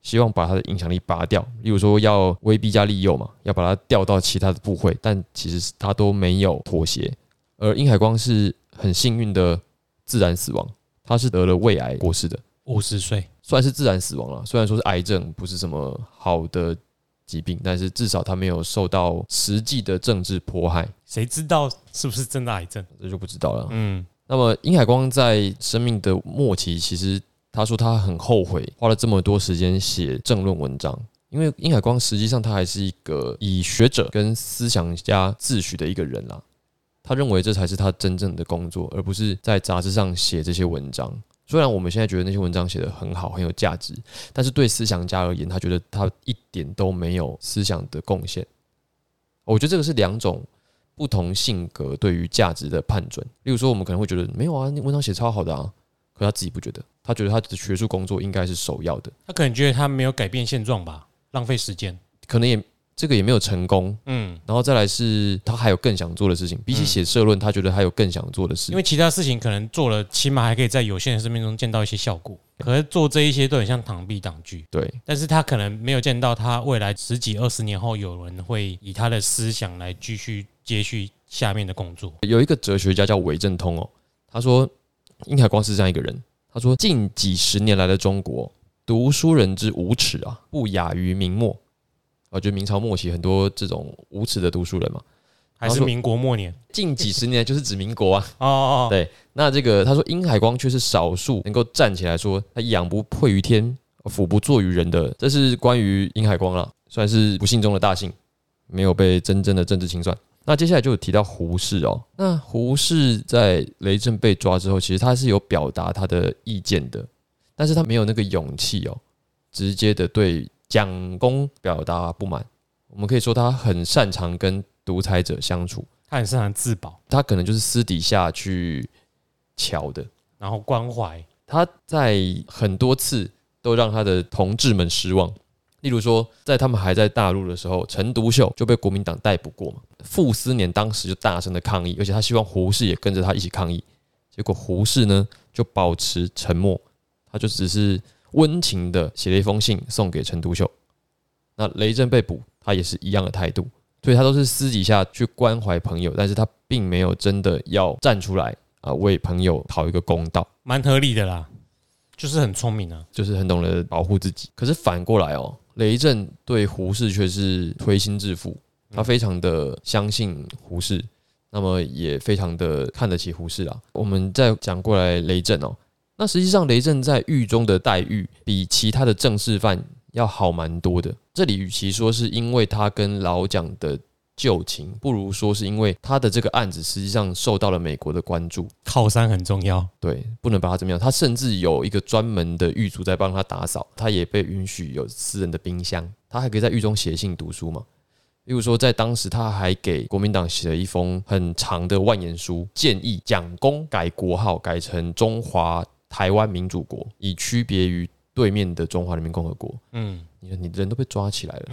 B: 希望把他的影响力拔掉，例如说要威逼加利诱嘛，要把他调到其他的部会，但其实是他都没有妥协。而殷海光是很幸运的自然死亡，他是得了胃癌过世的。
A: 五十岁，
B: 算是自然死亡了。虽然说是癌症，不是什么好的疾病，但是至少他没有受到实际的政治迫害，
A: 谁知道是不是真的癌症？
B: 这就不知道了。
A: 嗯，
B: 那么殷海光在生命的末期，其实他说他很后悔花了这么多时间写政论文章，因为殷海光实际上他还是一个以学者跟思想家自诩的一个人啦。他认为这才是他真正的工作，而不是在杂志上写这些文章。虽然我们现在觉得那些文章写得很好，很有价值，但是对思想家而言，他觉得他一点都没有思想的贡献。我觉得这个是两种不同性格对于价值的判准。例如说，我们可能会觉得没有啊，那文章写超好的啊，可他自己不觉得，他觉得他的学术工作应该是首要的，
A: 他可能觉得他没有改变现状吧，浪费时间。
B: 可能也这个也没有成功。
A: 嗯，
B: 然后再来是他还有更想做的事情，比起写社论，他觉得还有更想做的事
A: 因。为其他事情可能做了，起码还可以在有限的生命中见到一些效果。可是做这一些都很像螳臂挡车，
B: 对，
A: 但是他可能没有见到他未来十几二十年后有人会以他的思想来继续接续下面的工作。
B: 有一个哲学家叫韦正通哦，他说殷海光是这样一个人，他说近几十年来的中国，读书人之无耻啊，不亚于明末。我觉得明朝末期很多这种无耻的读书人嘛，
A: 还是民国末年
B: 近几十年来就是指民国啊。
A: 哦哦，哦
B: 对那这个他说殷海光却是少数能够站起来说他仰不愧于天，俯不怍于人的，这是关于殷海光了，算是不幸中的大幸，没有被真正的政治清算。那接下来就有提到胡适哦，那胡适在雷震被抓之后，其实他是有表达他的意见的，但是他没有那个勇气哦，直接的对蒋公表达不满。我们可以说他很擅长跟独裁者相处，
A: 他很擅长自保，
B: 他可能就是私底下去瞧的。
A: 然后关怀，
B: 他在很多次都让他的同志们失望。例如说，在他们还在大陆的时候，陈独秀就被国民党逮捕过嘛。傅斯年当时就大声的抗议，而且他希望胡适也跟着他一起抗议。结果胡适呢就保持沉默，他就只是温情的写了一封信送给陈独秀。那雷震被捕，他也是一样的态度，所以他都是私底下去关怀朋友，但是他并没有真的要站出来啊，为朋友讨一个公道。
A: 蛮合理的啦，就是很聪明啊。
B: 就是很懂得保护自己。可是反过来哦，雷震对胡适却是推心置腹，他非常的相信胡适，那么也非常的看得起胡适啦。我们再讲过来雷震哦，那实际上雷震在狱中的待遇比其他的正式犯要好蛮多的。这里与其说是因为他跟老蒋的旧情，不如说是因为他的这个案子实际上受到了美国的关注。
A: 靠山很重要，
B: 对，不能把他怎么样。他甚至有一个专门的狱卒在帮他打扫，他也被允许有私人的冰箱，他还可以在狱中写信读书嘛。例如说，在当时他还给国民党写了一封很长的万言书，建议蒋公改国号，改成中华台湾民主国，以区别于对面的中华人民共和国。
A: 嗯，
B: 你说你人都被抓起来了，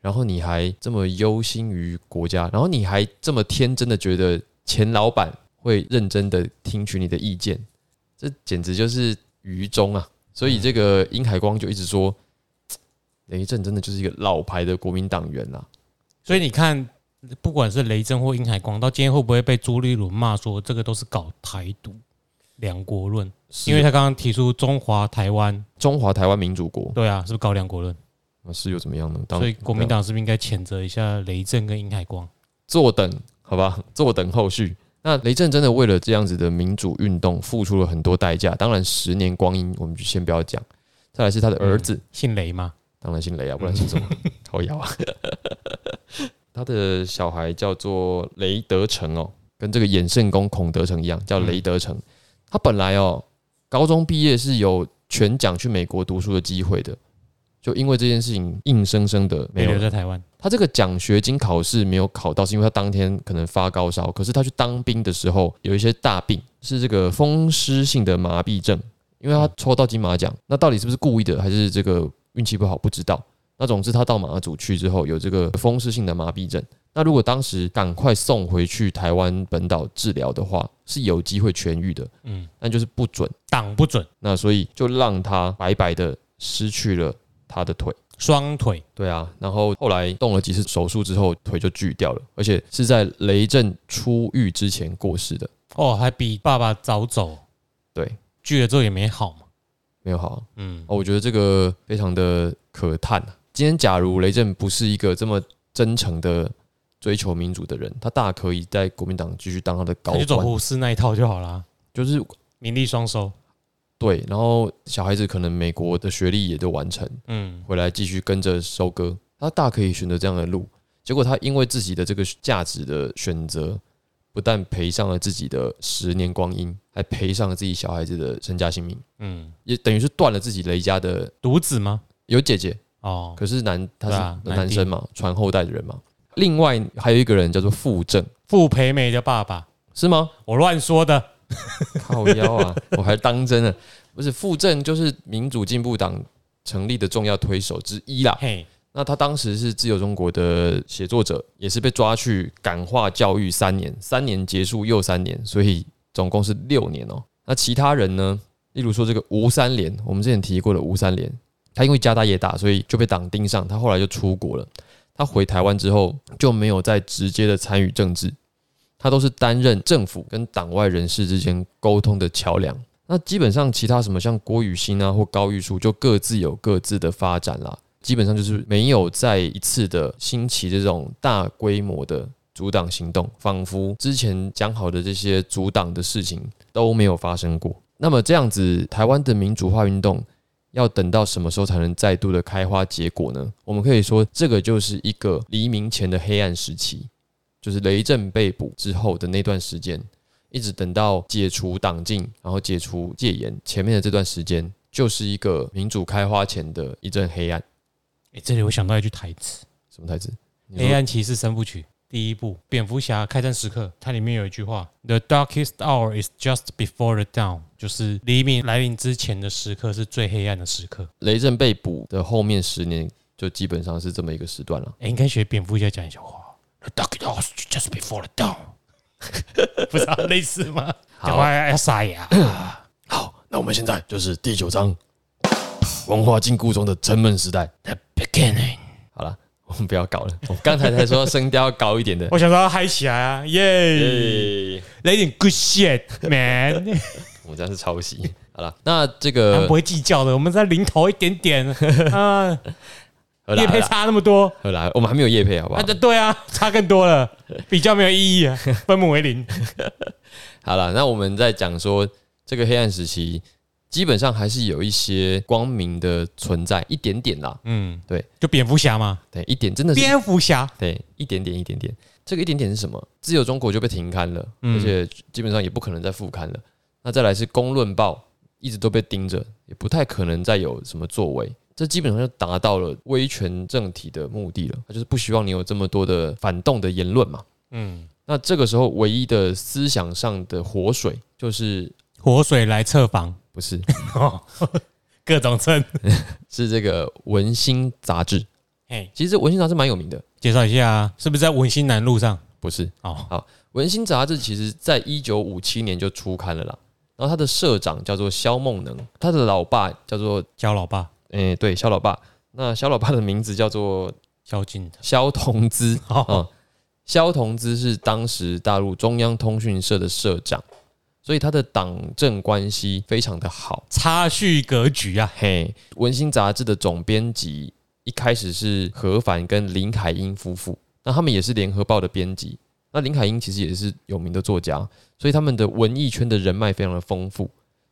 B: 然后你还这么忧心于国家，然后你还这么天真的觉得钱老板会认真的听取你的意见，这简直就是愚忠啊！所以这个殷海光就一直说，嘖雷震真的就是一个老牌的国民党员啊啦、
A: 所以你看，不管是雷震或殷海光，到今天会不会被朱立伦骂说这个都是搞台独、两国论？因为他刚刚提出中华台湾，
B: 中华台湾民主国
A: 对啊，是不是搞两国论？
B: 那是又怎么样呢？当
A: 所以国民党是不是应该谴责一下雷震跟殷海光？
B: 坐等，好吧，坐等后续。那雷震真的为了这样子的民主运动付出了很多代价，当然十年光阴我们就先不要讲。再来是他的儿子，
A: 姓雷吗？
B: 当然姓雷啊，不然姓什么？ 好摇啊！他的小孩叫做雷德成哦，跟这个衍圣公孔德成一样，叫雷德成。他本来哦，高中毕业是有全奖去美国读书的机会的，就因为这件事情，硬生生的没
A: 没
B: 有
A: 留
B: 了。
A: 在台湾，
B: 他这个奖学金考试没有考到，是因为他当天可能发高烧。可是他去当兵的时候有一些大病，是这个风湿性的麻痹症，因为他抽到金马奖。那到底是不是故意的，还是这个运气不好，不知道。那总之他到马祖去之后有这个风湿性的麻痹症。那如果当时赶快送回去台湾本岛治疗的话，是有机会痊愈的，
A: 嗯，
B: 但就是不准。
A: 挡不准，
B: 那所以就让他白白的失去了他的腿。
A: 双腿
B: 对啊，然后后来动了几次手术之后，腿就锯掉了，而且是在雷震出狱之前过世的，
A: 哦，还比爸爸早走，
B: 对，
A: 锯了之后也没好嘛，
B: 没有好。
A: 嗯，
B: 哦，我觉得这个非常的可叹啊。今天假如雷震不是一个这么真诚的追求民主的人，他大可以在国民党继续当他的高
A: 他就走
B: 官，
A: 胡适那一套就好啦，
B: 就是
A: 名利双收，
B: 对。然后小孩子可能美国的学历也都完成，
A: 嗯，
B: 回来继续跟着收割，他大可以选择这样的路。结果他因为自己的这个价值的选择，不但赔上了自己的十年光阴，还赔上了自己小孩子的身家性命，
A: 嗯，
B: 也等于是断了自己雷家的
A: 独子吗？
B: 有姐姐，
A: 哦，
B: 可是男他
A: 对啊
B: 是
A: 男
B: 男生嘛，传后代的人嘛。另外还有一个人叫做傅正，
A: 傅培梅的爸爸，
B: 是吗？
A: 我乱说的，
B: 靠 腰啊，我还当真了。不是傅正就是民主进步党成立的重要推手之一啦。
A: 嘿，
B: 那他当时是自由中国的写作者，也是被抓去感化教育三年，三年结束又三年，所以总共是六年哦。那其他人呢？例如说这个吴三连，我们之前提过的吴三连，他因为家大业大，所以就被党盯上，他后来就出国了。他回台湾之后就没有再直接的参与政治，他都是担任政府跟党外人士之间沟通的桥梁。那基本上其他什么像郭雨欣啊或高玉树，就各自有各自的发展啦。基本上就是没有再一次的兴起这种大规模的阻挡行动，仿佛之前讲好的这些阻挡的事情都没有发生过。那么这样子，台湾的民主化运动要等到什么时候才能再度的开花结果呢？我们可以说，这个就是一个黎明前的黑暗时期，就是雷震被捕之后的那段时间，一直等到解除党禁，然后解除戒严，前面的这段时间就是一个民主开花前的一阵黑暗。
A: 哎、这里我想到一句台词，
B: 什么台词？
A: 《
B: 你说
A: 黑暗骑士》三部曲第一部《蝙蝠侠：开战时刻》，它里面有一句话：“The darkest hour is just before the dawn”，就是黎明来临之前的时刻是最黑暗的时刻。
B: 雷震被捕的后面十年，就基本上是这么一个时段了。
A: 哎、应该学蝙蝠侠讲一下话：“The darkest hour is just before the dawn”，不是、啊、类似吗？
B: 好
A: 讲话要要沙哑。
B: 好，那我们现在就是第九章文化禁锢中的沉闷时代。
A: The beginning。
B: 好了， 我们不要搞了。我刚才才说声调要高一点 的。
A: 我想说要嗨起来啊，耶！
B: 诶
A: 来点 good shit man，
B: 我们这样是抄袭。好了，那这
A: 他
B: 个
A: 们不会计较的，我们在零头一点点 啊，
B: 荷
A: 也
B: 兰
A: 配差那么多，
B: 荷兰，我们还没有叶配，好不
A: 啊
B: 好？
A: 对对啊，差更多了，比较没有意义啊，分母为零。
B: 好了，那我们在讲说这个黑暗时期，基本上还是有一些光明的存在，一点点啦。
A: 嗯，
B: 对，
A: 就蝙蝠侠嘛，
B: 对，一点真的是
A: 蝙蝠侠，
B: 对，一点点，一点点。这个一点点是什么？自由中国就被停刊了，
A: 嗯
B: 而且基本上也不可能再复刊了。那再来是《公论报》，一直都被盯着，也不太可能再有什么作为。这基本上就达到了威权政体的目的了，他就是不希望你有这么多的反动的言论嘛。
A: 嗯，
B: 那这个时候，唯一的思想上的活水就是
A: 活水来测房，
B: 不是
A: 各种称。
B: 是这个《文心》杂志。
A: 嘿，
B: 其实这《文心》杂志蛮有名的，
A: 介绍一下啊，是不是在文心南路上？
B: 不是？
A: 哦，
B: 文心杂志其实在一九五七年就出刊了啦。然后他的社长叫做肖梦能，他的老爸叫做
A: 焦老爸，
B: 诶、对，肖老爸。那肖老爸的名字叫做
A: 萧敬腾。
B: 肖同 资，
A: 哦，
B: 嗯，肖同资是当时大陆中央通讯社的社长，所以他的党政关系非常的好。
A: 差序格局啊，
B: 嘿，《文心》杂志的总编辑一开始是何凡跟林海音夫妇，那他们也是联合报的编辑。那林海音其实也是有名的作家，所以他们的文艺圈的人脉非常的丰富。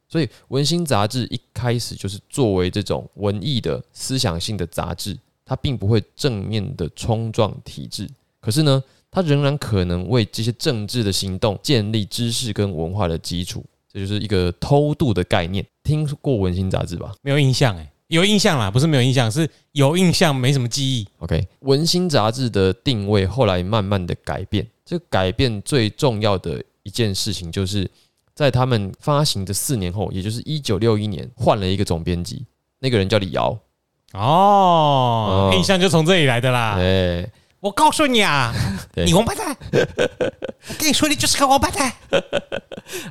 B: 所以《文心》杂志一开始就是作为这种文艺的思想性的杂志，它并不会正面的冲撞体制，可是呢，它仍然可能为这些政治的行动建立知识跟文化的基础。这就是一个偷渡的概念。听过《文心》杂志吧？
A: 没有印象哎、有印象啦，不是没有印象，是有印象，没什么记忆。
B: OK，《文心》杂志的定位后来慢慢的改变，这个改变最重要的一件事情就是，在他们发行的四年后，也就是一九六一年，换了一个总编辑，那个人叫李敖。
A: 哦，
B: 哦
A: 印象就从这里来的啦。
B: 哎、
A: 我告诉你 啊，
B: 对
A: 你王八 蛋！我跟你说，你就是个王八 蛋。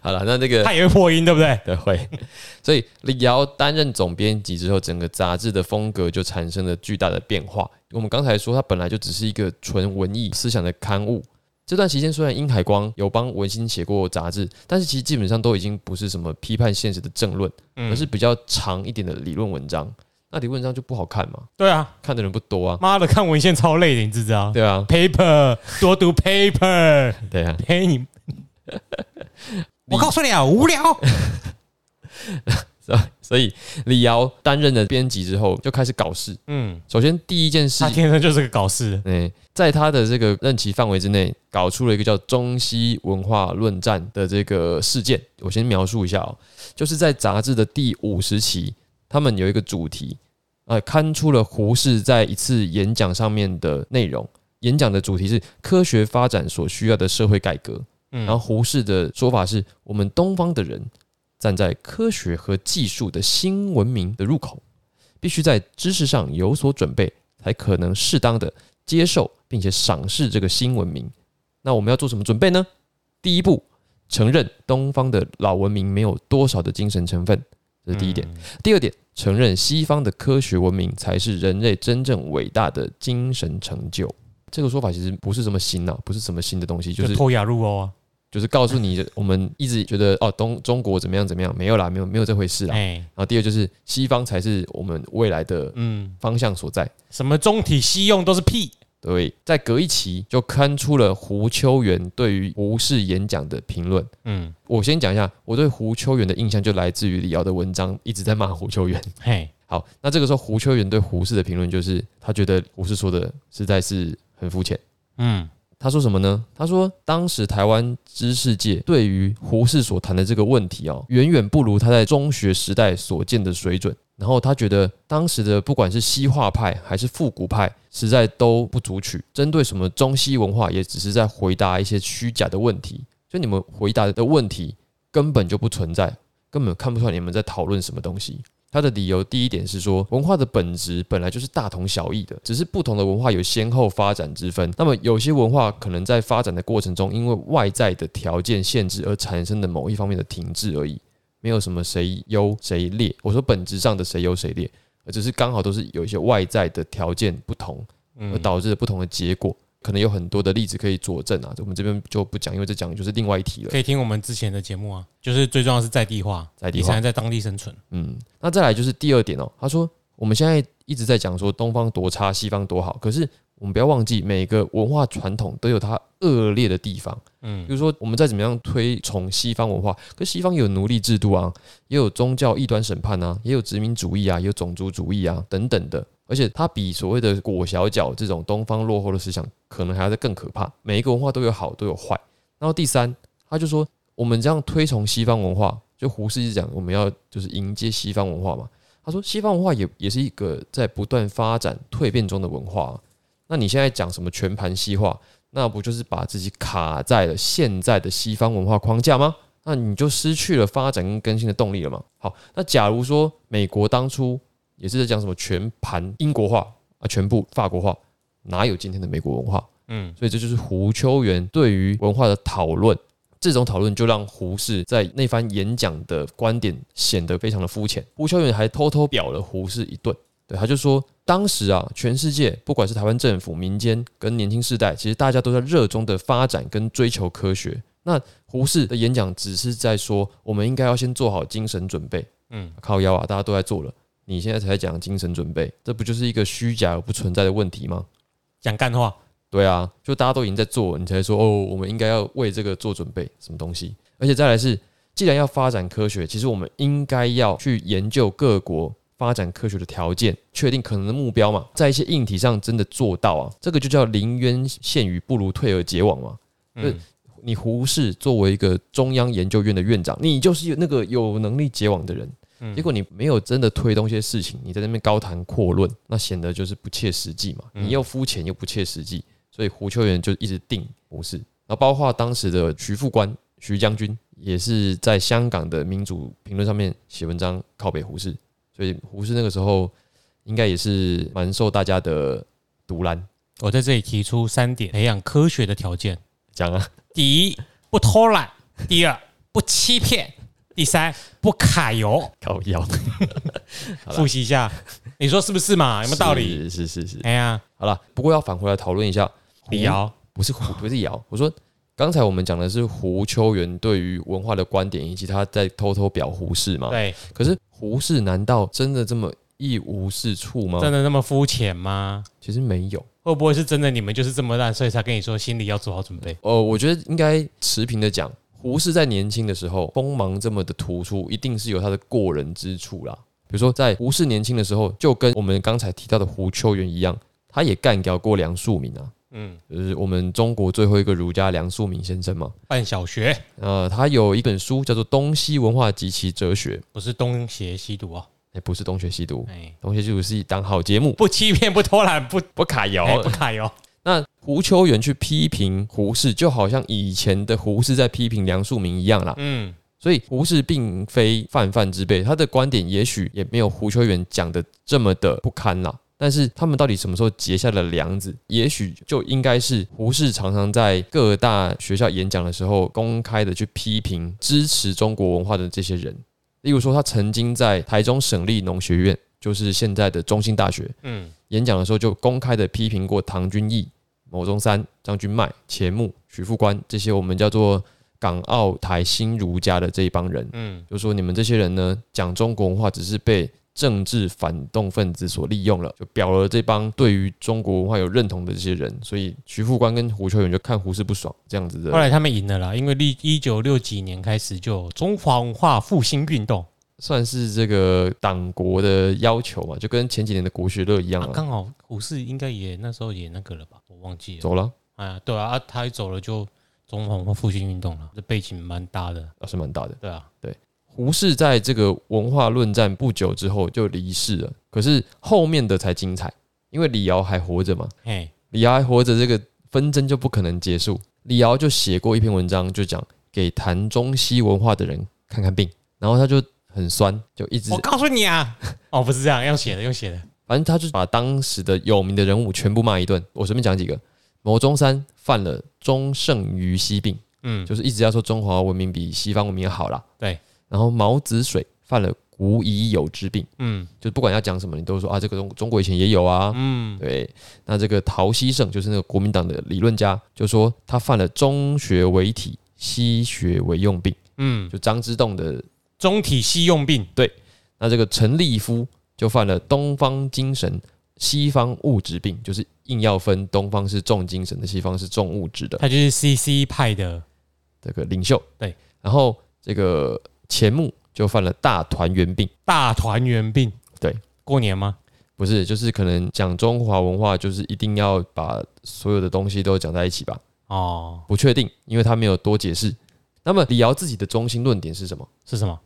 B: 好了，那那个
A: 他也会破音，对不对？
B: 对会， 所以李敖担任总编辑之后，整个杂志的风格就产生了巨大的变化。我们刚才说，它本来就只是一个纯文艺思想的刊物。这段期间，虽然殷海光有帮文心写过杂志，但是其实基本上都已经不是什么批判现实的政论，而是比较长一点的理论文章。那理论文章就不好看嘛，
A: 对啊，
B: 看的人不多啊。
A: 妈的，看文献超累的，你知不知道
B: 对啊，
A: ？paper 多读 paper，
B: 对啊。
A: 陪你。我告诉你啊，无聊。
B: 所以李敖担任了编辑之后，就开始搞事。
A: 嗯，
B: 首先第一件事
A: 他
B: 情。
A: 天生就是个搞事的。
B: 嗯，在他的这个任期范围之内，搞出了一个叫中西文化论战的这个事件。我先描述一下哦，就是在杂志的第五十期，他们有一个主题，呃，刊出了胡适在一次演讲上面的内容。演讲的主题是科学发展所需要的社会改革。
A: 嗯
B: 然后胡适的说法是我们东方的人站在科学和技术的新文明的入口，必须在知识上有所准备，才可能适当的接受并且赏识这个新文明。那我们要做什么准备呢？第一步，承认东方的老文明没有多少的精神成分，这是第一点。
A: 嗯
B: 第二点，承认西方的科学文明才是人类真正伟大的精神成就。这个说法其实不是什么新啊，不是什么新的东西，就
A: 就是偷雅入欧啊，
B: 就是告诉你，我们一直觉得哦，东中国怎么样怎么样，没有啦，没有没有这回事啦。
A: 哎，
B: 然后第二就是西方才是我们未来的
A: 嗯，
B: 方向所在。
A: 什么中体西用都是屁，
B: 对，在隔一期就刊出了胡秋元对于胡适演讲的评论。
A: 嗯，
B: 我先讲一下，我对胡秋元的印象就来自于李敖的文章，一直在骂胡秋元。
A: 嘿，
B: 好，那这个时候胡秋元对胡适的评论就是，他觉得胡适说的实在是很肤浅。
A: 嗯，
B: 他说什么呢？他说当时台湾知识界对于胡适所谈的这个问题哦，远远不如他在中学时代所见的水准。然后他觉得当时的不管是西化派还是复古派，实在都不足取。针对什么中西文化，也只是在回答一些虚假的问题。就你们回答的问题根本就不存在，根本看不出来你们在讨论什么东西。他的理由第一点是说，文化的本质本来就是大同小异的，只是不同的文化有先后发展之分。那么有些文化可能在发展的过程中，因为外在的条件限制而产生的某一方面的停滞而已，没有什么谁优谁劣。我说本质上的谁优谁劣，而只是刚好都是有一些外在的条件不同，而导致了不同的结果。可能有很多的例子可以佐证啊，我们这边就不讲，因为这讲就是另外一题了。
A: 可以听我们之前的节目啊，就是最重要的是在地化，
B: 在地
A: 你
B: 化
A: 才能在当地生存，
B: 嗯，那再来就是第二点哦，他说我们现在一直在讲说东方多差，西方多好，可是我们不要忘记，每个文化传统都有它恶劣的地方。
A: 嗯
B: 比如说我们再怎么样推崇西方文化，可西方也有奴隶制度啊，也有宗教异端审判啊，也有殖民主义啊，也有种族主义啊等等的。而且它比所谓的裹小脚这种东方落后的思想，可能还要再更可怕。每一个文化都有好，都有坏。然后第三，他就说我们这样推崇西方文化，就胡适一直讲我们要就是迎接西方文化嘛。他说西方文化也也是一个在不断发展蜕变中的文化啊、那你现在讲什么全盘西化，那不就是把自己卡在了现在的西方文化框架吗？那你就失去了发展跟更新的动力了嘛。好，那假如说美国当初也是在讲什么全盘英国化啊，全部法国化，哪有今天的美国文化？
A: 嗯，
B: 所以这就是胡秋元对于文化的讨论。这种讨论就让胡适在那番演讲的观点显得非常的肤浅。胡秋元还偷偷表了胡适一顿，对，他就说当时啊，全世界不管是台湾政府、民间跟年轻世代，其实大家都在热衷的发展跟追求科学。那胡适的演讲只是在说，我们应该要先做好精神准备。
A: 嗯，
B: 靠腰啊，大家都在做了，你现在才讲精神准备，这不就是一个虚假而不存在的问题吗？
A: 讲干话，
B: 对啊，就大家都已经在做了，你才说哦，我们应该要为这个做准备，什么东西？而且再来是，既然要发展科学，其实我们应该要去研究各国发展科学的条件，确定可能的目标嘛，在一些硬体上真的做到啊，这个就叫临渊羡鱼，不如退而结网嘛。对
A: 嗯，
B: 你胡适作为一个中央研究院的院长，你就是有那个有能力结网的人，
A: 嗯
B: 结果你没有真的推动一些事情，你在那边高谈阔论，那显得就是不切实际嘛。
A: 嗯
B: 你又肤浅又不切实际，所以胡秋元就一直定胡适，然后包括当时的徐副官徐将军，也是在香港的民主评论上面写文章靠北胡适，所以胡适那个时候应该也是蛮受大家的独揽
A: 我在这里提出三点培养科学的条件：
B: 讲啊，
A: 第一，不偷懒；第二，不欺骗；第三，不揩油。
B: 靠腰，好啦
A: 复习一 下，你说是不是嘛？有没有道理？
B: 是是是是。
A: 哎呀，哎
B: 好了，不过要返回来讨论一下胡
A: 李敖，
B: 不是胡，不是姚。我说刚才我们讲的是胡秋元对于文化的观点，以及他在偷偷表胡适嘛。。
A: 对，
B: 可是胡适难道真的这么一无是处吗？
A: 真的那么肤浅吗？
B: 其实没有。
A: 会不会是真的？你们就是这么烂，所以才跟你说心里要做好准备？
B: 呃，我觉得应该持平的讲，胡适在年轻的时候锋芒这么的突出，一定是有他的过人之处啦。比如说，在胡适年轻的时候，就跟我们刚才提到的胡秋元一样，他也干掉过梁漱溟啊，
A: 嗯，
B: 就是我们中国最后一个儒家梁漱溟先生嘛。
A: 办小学
B: 呃，他有一本书叫做《东西文化及其哲学》，
A: 不是东邪西毒哦，
B: 哎、不是东邪西毒，
A: 哎，
B: 东邪西毒是一档好节目，
A: 不欺骗，不偷懒，不
B: 不卡摇
A: 哎不揩油。
B: 那胡秋元去批评胡适，就好像以前的胡适在批评梁漱溟一样啦。
A: 嗯，
B: 所以胡适并非泛泛之辈，他的观点也许也没有胡秋元讲的这么的不堪啦。但是他们到底什么时候结下了梁子？也许就应该是胡适常常在各大学校演讲的时候，公开的去批评支持中国文化的这些人。例如说，他曾经在台中省立农学院，就是现在的中兴大学，
A: 嗯，
B: 演讲的时候就公开的批评过唐君毅、牟宗三、张君迈、钱穆、徐副官这些我们叫做港澳台新儒家的这一帮人，
A: 嗯，
B: 就说你们这些人呢，讲中国文化只是被政治反动分子所利用了，就表了这帮对于中国文化有认同的这些人，所以徐副官跟胡秋远就看胡适不爽这样子
A: 后
B: 的，
A: 来他们赢了啦，因为历一九六几年开始就有中华文化复兴运动，
B: 算是这个党国的要求嘛，就跟前几年的国学乐一样
A: 啊
B: 啊。
A: 刚、好胡适应该也那时候也那个了吧，我忘记了。
B: 走了、
A: 哎呀，对啊，啊他一走了就中华文化复兴运动了，这背景蛮大的，
B: 啊，是蛮大的。
A: 对啊，
B: 胡适在这个文化论战不久之后就离世了，可是后面的才精彩，因为李敖还活着嘛，
A: 嘿，
B: 李敖还活着，这个纷争就不可能结束。李敖就写过一篇文章，就讲给谈中西文化的人看看病，然后他就很酸，就一直
A: 我，告诉你啊， 哦，不是这样，用写的，用写的，
B: 反正他就把当时的有名的人物全部骂一顿。我随便讲几个，牟宗三犯了中盛于西病，
A: 嗯，
B: 就是一直要说中华文明比西方文明好啦。
A: 对，
B: 然后毛子水犯了古已有之病。
A: 嗯
B: 就不管要讲什么，你都说啊，这个中中国以前也有啊。
A: 嗯，
B: 对，那这个陶希圣就是那个国民党的理论家，就说他犯了中学为体，西学为用病，
A: 嗯，
B: 就张之洞的。
A: 中体西用病，
B: 那这个陈立夫就犯了东方精神，西方物质病，就是硬要分东方是重精神的，西方是重物质的
A: 他就是 CC 派的，
B: 这个领袖。
A: 对，
B: 然后这个钱穆就犯了大团圆病。
A: 大团圆病，
B: 对，
A: 过年吗？
B: 不是，就是可能讲中华文化，就是一定要把所有的东西都讲在一起吧？
A: 哦，
B: 不确定，因为他没有多解释。那么李敖自己的中心论点是什么？
A: 是什么？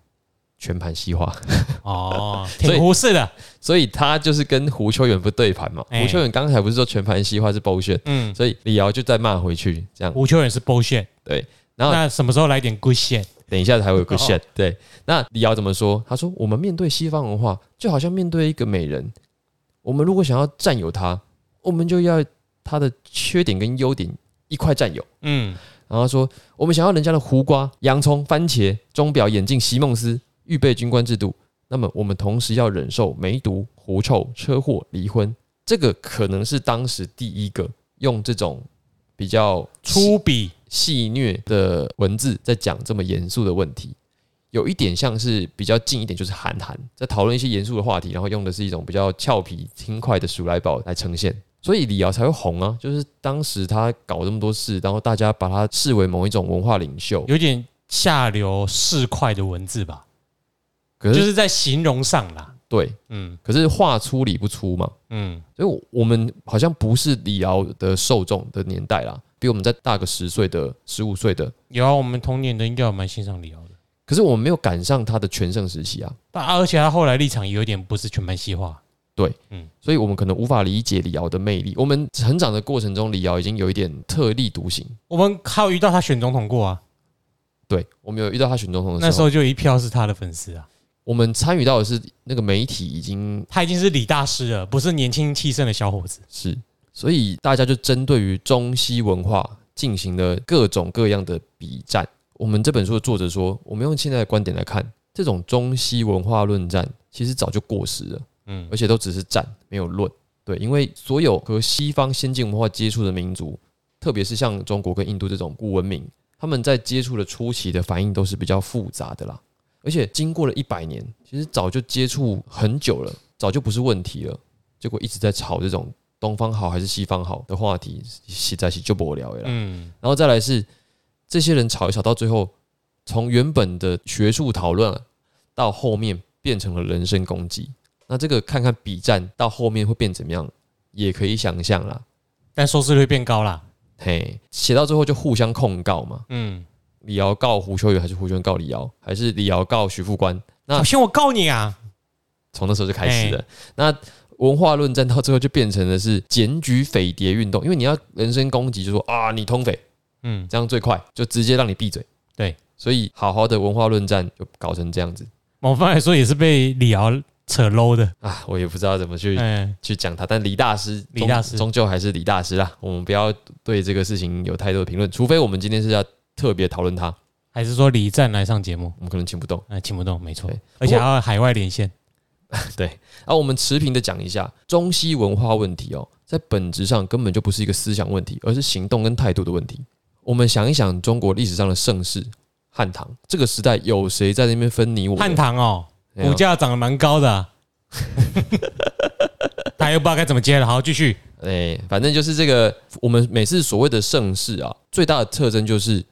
B: 全盘西化，
A: 哦，
B: 所以
A: 挺胡适的，
B: 所以他就是跟胡秋远不对盘嘛。
A: 哎
B: 胡秋远刚才不是说全盘西化是 bullshit，
A: 嗯，
B: 所以李敖就再骂回去，这样
A: 吴秋远是 bullshit，
B: 对。然后
A: 那什么时候来点 good shit？
B: 等一下才会有个
A: 哦
B: shit。对，那李敖怎么说？他说：“我们面对西方文化，就好像面对一个美人，我们如果想要占有她，我们就要她的缺点跟优点一块占有。”
A: 嗯，
B: 然后说我们想要人家的胡瓜、洋葱、番茄、钟表、眼镜、席梦思、预备军官制度，那么我们同时要忍受梅毒、狐臭、车祸、离婚。这个可能是当时第一个用这种比较
A: 粗鄙，
B: 戏谑的文字在讲这么严肃的问题，有一点像是比较近一点，就是韩寒在讨论一些严肃的话题，然后用的是一种比较俏皮轻快的鼠来宝来呈现，所以李敖才会红啊。就是当时他搞这么多事，然后大家把他视为某一种文化领袖，
A: 有点下流市侩的文字吧，
B: 可
A: 就是是在形容上啦，
B: 对，
A: 嗯
B: 可是话出理不出嘛，
A: 嗯，
B: 所以我我们好像不是李敖的受众的年代啦，比我们再大个十岁的、十五岁的，
A: 有啊，我们童年的应该有蛮欣赏李敖的。
B: 可是我们没有赶上他的全盛时期啊。
A: 但啊而且他后来立场有一点不是全盘西化，
B: 所以我们可能无法理解李敖的魅力。我们成长的过程中，李敖已经有一点特立独行。
A: 我们还有遇到他选总统过啊，
B: 对我们有遇到他选总统的
A: 那
B: 时
A: 时
B: 候，
A: 候就有一票是他的粉丝啊，
B: 我们参与到的是那个媒体已经
A: 他已经是李大师了，不是年轻气盛的小伙子。
B: 是，所以大家就针对于中西文化进行了各种各样的比战。我们这本书的作者说，我们用现在的观点来看，这种中西文化论战其实早就过时了。
A: 嗯
B: 而且都只是战，没有论。对，因为所有和西方先进文化接触的民族，特别是像中国跟印度这种古文明，他们在接触的初期的反应都是比较复杂的啦。而且经过了一百年，其实早就接触很久了，早就不是问题了。结果一直在吵这种东方好还是西方好的话题，实在是就不聊了啦。
A: 嗯，
B: 然后再来是这些人吵一吵，到最后从原本的学术讨论啊到后面变成了人身攻击。那这个看看比战到后面会变怎么样，也可以想象啦。
A: 但收视率变高啦。
B: 嘿，写到最后就互相控告嘛，
A: 嗯，
B: 李敖告胡秋雨，还是胡秋雨告李敖，还是李敖告徐副官？那
A: 小心我告你啊！
B: 从那时候就开始了。那文化论战到最后就变成了是检举匪谍运动，因为你要人身攻击，就说啊你通匪，
A: 嗯，
B: 这样最快，就直接让你闭嘴。
A: 对，
B: 所以好好的文化论战就搞成这样子，
A: 某方来说也是被李敖扯 low 的，
B: 啊，我也不知道怎么去
A: 嗯，
B: 去讲他，但李大师，
A: 李
B: 终
A: 大师
B: 终究还是李大师啦。我们不要对这个事情有太多的评论，除非我们今天是要特别讨论他，
A: 还是说李战来上节目？
B: 我们可能 请不动。
A: 哎，请不动，没错
B: 对，
A: 而且还要海外连线，
B: 啊，我们持平的讲一下中西文化问题哦，在本质上根本就不是一个思想问题，而是行动跟态度的问题。我们想一想中国历史上的盛世汉唐这个时代，有谁在那边分你我的？哎
A: 汉唐哦，
B: 没有
A: 股价涨得蛮高的啊， 他又不知道该怎么接了。好，继续，
B: 哎、反正就是这个，我们每次所谓的盛世啊，最大的特征就是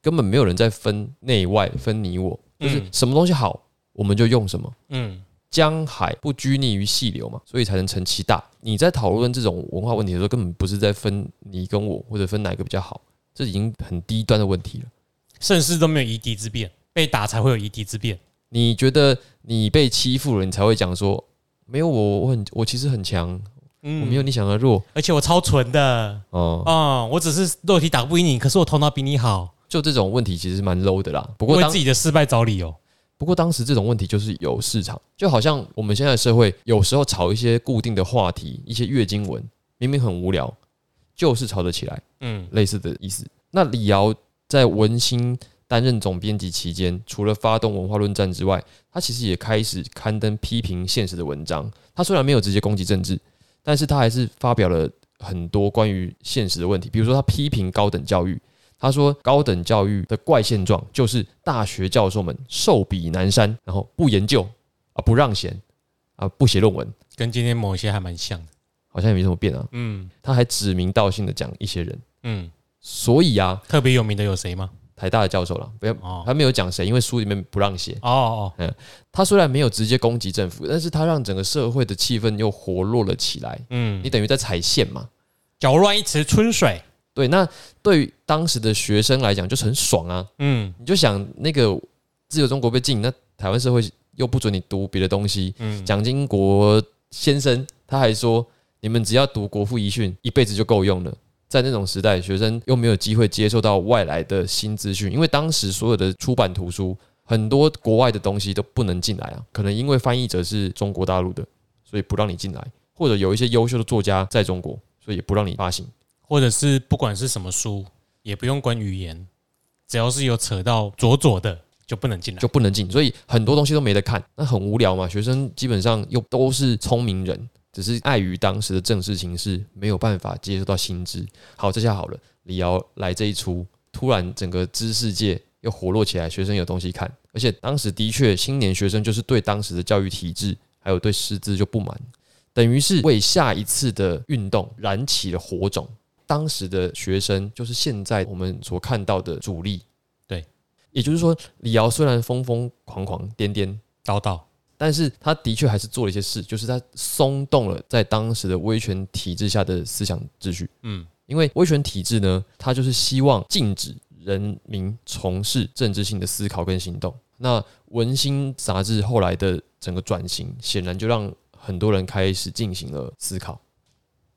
B: 根本没有人在分内外、分你我，就是
A: 嗯
B: 什么东西好，我们就用什么。
A: 嗯，
B: 江海不拘泥于细流嘛，所以才能成其大。你在讨论这种文化问题的时候，根本不是在分你跟我，或者分哪个比较好，这已经很低端的问题了。
A: 盛世都没有夷狄之变，被打才会有夷狄之变。
B: 你觉得你被欺负了，你才会讲说没有我，我很我其实很强，我
A: 嗯，
B: 没有你想的弱
A: 而且我超纯的
B: 哦、
A: 啊、我只是肉体打不赢你，可是我头脑比你好，
B: 就这种问题其实蛮 low 的啦。不过
A: 为
B: 当
A: 自己的失败找理由。
B: 不过当时这种问题就是有市场，就好像我们现在的社会有时候炒一些固定的话题，一些月经文，明明很无聊，就是炒得起来，
A: 嗯
B: 类似的意思。那李敖在文心担任总编辑期间，除了发动文化论战之外，他其实也开始刊登批评现实的文章。他虽然没有直接攻击政治，但是他还是发表了很多关于现实的问题，比如说他批评高等教育。他说，高等教育的怪现状就是大学教授们寿比南山，然后不研究啊，不让贤啊，不写论文，
A: 跟今天某些还蛮像的。
B: 好像也没什么变啊。
A: 嗯
B: 他还指名道姓的讲一些人，
A: 嗯，
B: 所以啊，
A: 特别有名的有谁吗？
B: 台大的教授了，不要
A: 哦
B: 他没有讲谁，因为书里面不让写。
A: 哦哦，
B: 他虽然没有直接攻击政府，但是他让整个社会的气氛又活络了起来。
A: 嗯
B: 你，等于在踩线嘛？
A: 搅乱一池春水。
B: 对，那对于当时的学生来讲，就是很爽啊！
A: 嗯
B: 你就想那个自由中国被禁，那台湾社会又不准你读别的东西。
A: 嗯，
B: 蒋经国先生他还说，你们只要读国父遗训，一辈子就够用了。在那种时代，学生又没有机会接受到外来的新资讯，因为当时所有的出版图书，很多国外的东西都不能进来啊。可能因为翻译者是中国大陆的，所以不让你进来；或者有一些优秀的作家在中国，所以也不让你发行。
A: 或者是不管是什么书，也不用管语言，只要是有扯到左左的就不能进来
B: 就。不能进，所以很多东西都没得看，那很无聊嘛。学生基本上又都是聪明人，只是碍于当时的政治形势，没有办法接受到新知。好，这下好了，李敖来这一出，突然整个知识界又活络起来，学生有东西看，而且当时的确青年学生就是对当时的教育体制还有对师资就不满，等于是为下一次的运动燃起了火种。当时的学生就是现在我们所看到的主力。
A: 对，
B: 也就是说，李敖虽然疯疯狂狂、癫癫，
A: 叨叨，
B: 但是他的确还是做了一些事，就是他松动了在当时的威权体制下的思想秩序。
A: 嗯，
B: 因为威权体制呢，它就是希望禁止人民从事政治性的思考跟行动。那文心杂志后来的整个转型，显然就让很多人开始进行了思考，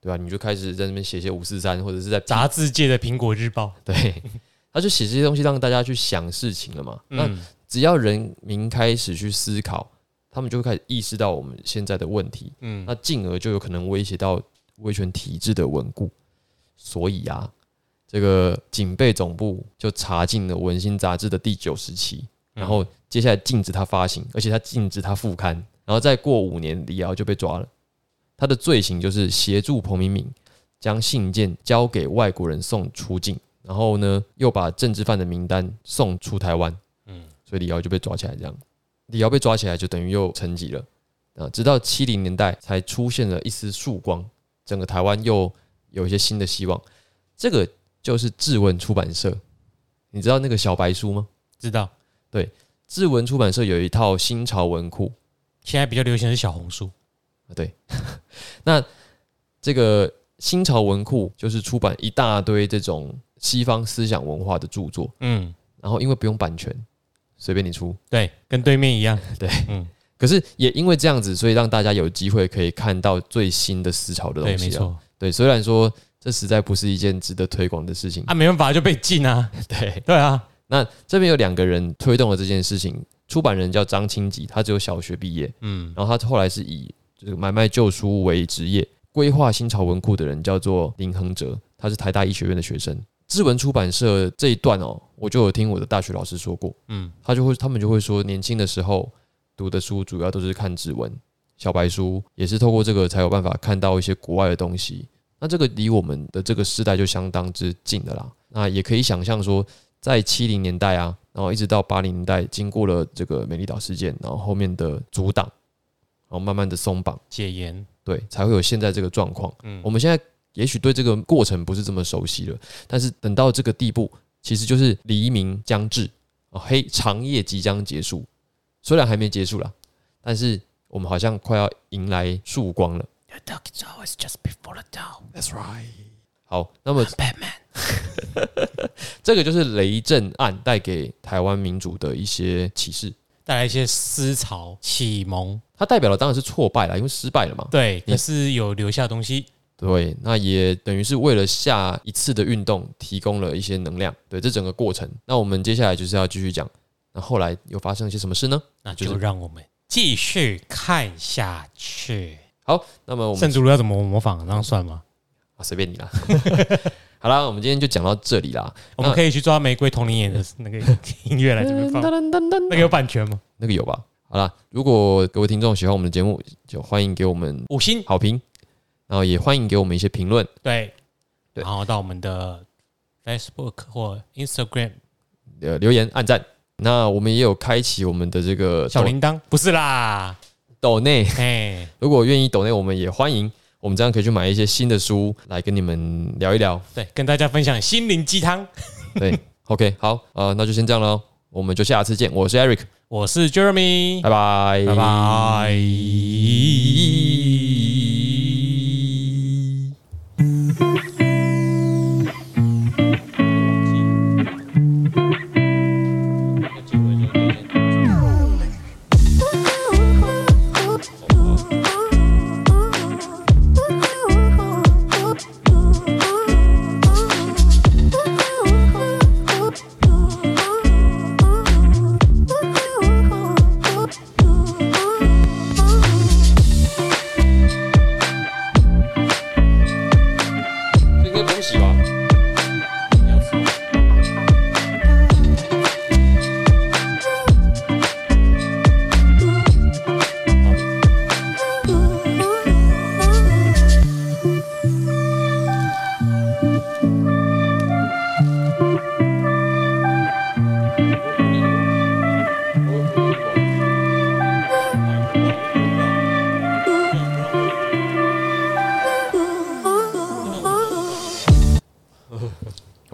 B: 对吧？你就开始在那边写写五四三，或者是在
A: 杂志界的《苹果日报》。
B: 对， 他就写这些东西让大家去想事情了嘛。那
A: 嗯
B: 只要人民开始去思考，他们就会开始意识到我们现在的问题，
A: 嗯，
B: 那进而就有可能威胁到威权体制的稳固。所以啊，这个警备总部就查禁了《文心》杂志的第九十期，然
A: 嗯
B: 后接下来禁止它发行，而且它禁止它复刊，然后再过五年，李敖就被抓了。他的罪行就是协助彭明敏将信件交给外国人送出境，然后呢又把政治犯的名单送出台湾。嗯
A: 嗯，
B: 所以李敖就被抓起来，这样李敖被抓起来就等于又沉寂了。啊，直到七零年代才出现了一丝曙光，整个台湾又有一些新的希望。这个就是质问出版社，你知道那个小白书吗？
A: 知道。
B: 质问出版社有一套新潮文库，
A: 现在比较流行的是小红书。
B: 啊，对， 那这个新潮文库就是出版一大堆这种西方思想文化的著作，
A: 嗯，
B: 然后因为不用版权，随便你出。
A: 对，跟对面一样。
B: 可是也因为这样子，所以让大家有机会可以看到最新的思潮的
A: 对，
B: 东西、啊
A: 没。错。
B: 对，虽然说这实在不是一件值得推广的事情。
A: 啊，没办法就被禁啊。
B: 对，
A: 对啊，
B: 那这边有两个人推动了这件事情，出版人叫张清吉，他只有小学毕业，
A: 嗯，
B: 然后他后来是以这个买卖旧书为职业，规划新潮文库的人叫做林恒哲，他是台大医学院的学生。知文出版社这一段哦，我就有听我的大学老师说过，
A: 嗯
B: 嗯，他就会他们就会说，年轻的时候读的书主要都是看知文、小白书，也是透过这个才有办法看到一些国外的东西。那这个离我们的这个时代就相当之近的啦。那也可以想象说，在七零年代啊，然后一直到八零年代，经过了这个美丽岛事件，然后后面的阻挡，然后慢慢的松绑，
A: 解严，
B: 对，才会有现在这个状况。
A: 嗯
B: 我们现在也许对这个过程不是这么熟悉了，但是等到这个地步，其实就是黎明将至，哦，黑长夜即将结束。虽然还没结束啦，但是我们好像快要迎来曙光了。
A: The dark is always just before the dawn.
B: That's right。好，那么 这个就是雷震案带给台湾民主的一些启示。
A: 带来一些思潮启蒙，
B: 它代表的当然是挫败啦，因为失败了嘛。
A: 对，
B: 你
A: 可是有留下东 西，
B: 对，那也等于是为了下一次的运动提供了一些能量。对，这整个过程，那我们接下来就是要继续讲，那后来又发生了些什么事呢？
A: 那
B: 就是
A: 就让我们继续看下去。呃
B: 好，那么我 们
A: 圣主路要怎么模仿？那样算吗？
B: 啊随便你啦。 好啦，我们今天就讲到这里啦。
A: 我们可以去抓玫瑰童林演的那个音乐来这边放，
B: 呃
A: 那个有版权吗？
B: 那个有吧？好啦，如果各位听众喜欢我们的节目，就欢迎给我们
A: 五星
B: 好评，然后也欢迎给我们一些评论。
A: 对，
B: 对
A: 然后到我们的 Facebook 或 Instagram
B: 呃留言、按赞。那我们也有开启我们的这个
A: 小铃铛，不是 啦，
B: 抖内，
A: 哎，
B: 如果愿意抖内，我们也欢迎。我们这样可以去买一些新的书来跟你们聊一聊。
A: 对，跟大家分享心灵鸡汤。
B: 对，OK，好，呃，那就先这样喽，我们就下次见。我是 Eric，
A: 我是 Jeremy，
B: 拜拜，
A: 拜。拜。
B: 这应该不用洗吧？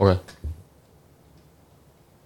B: OK。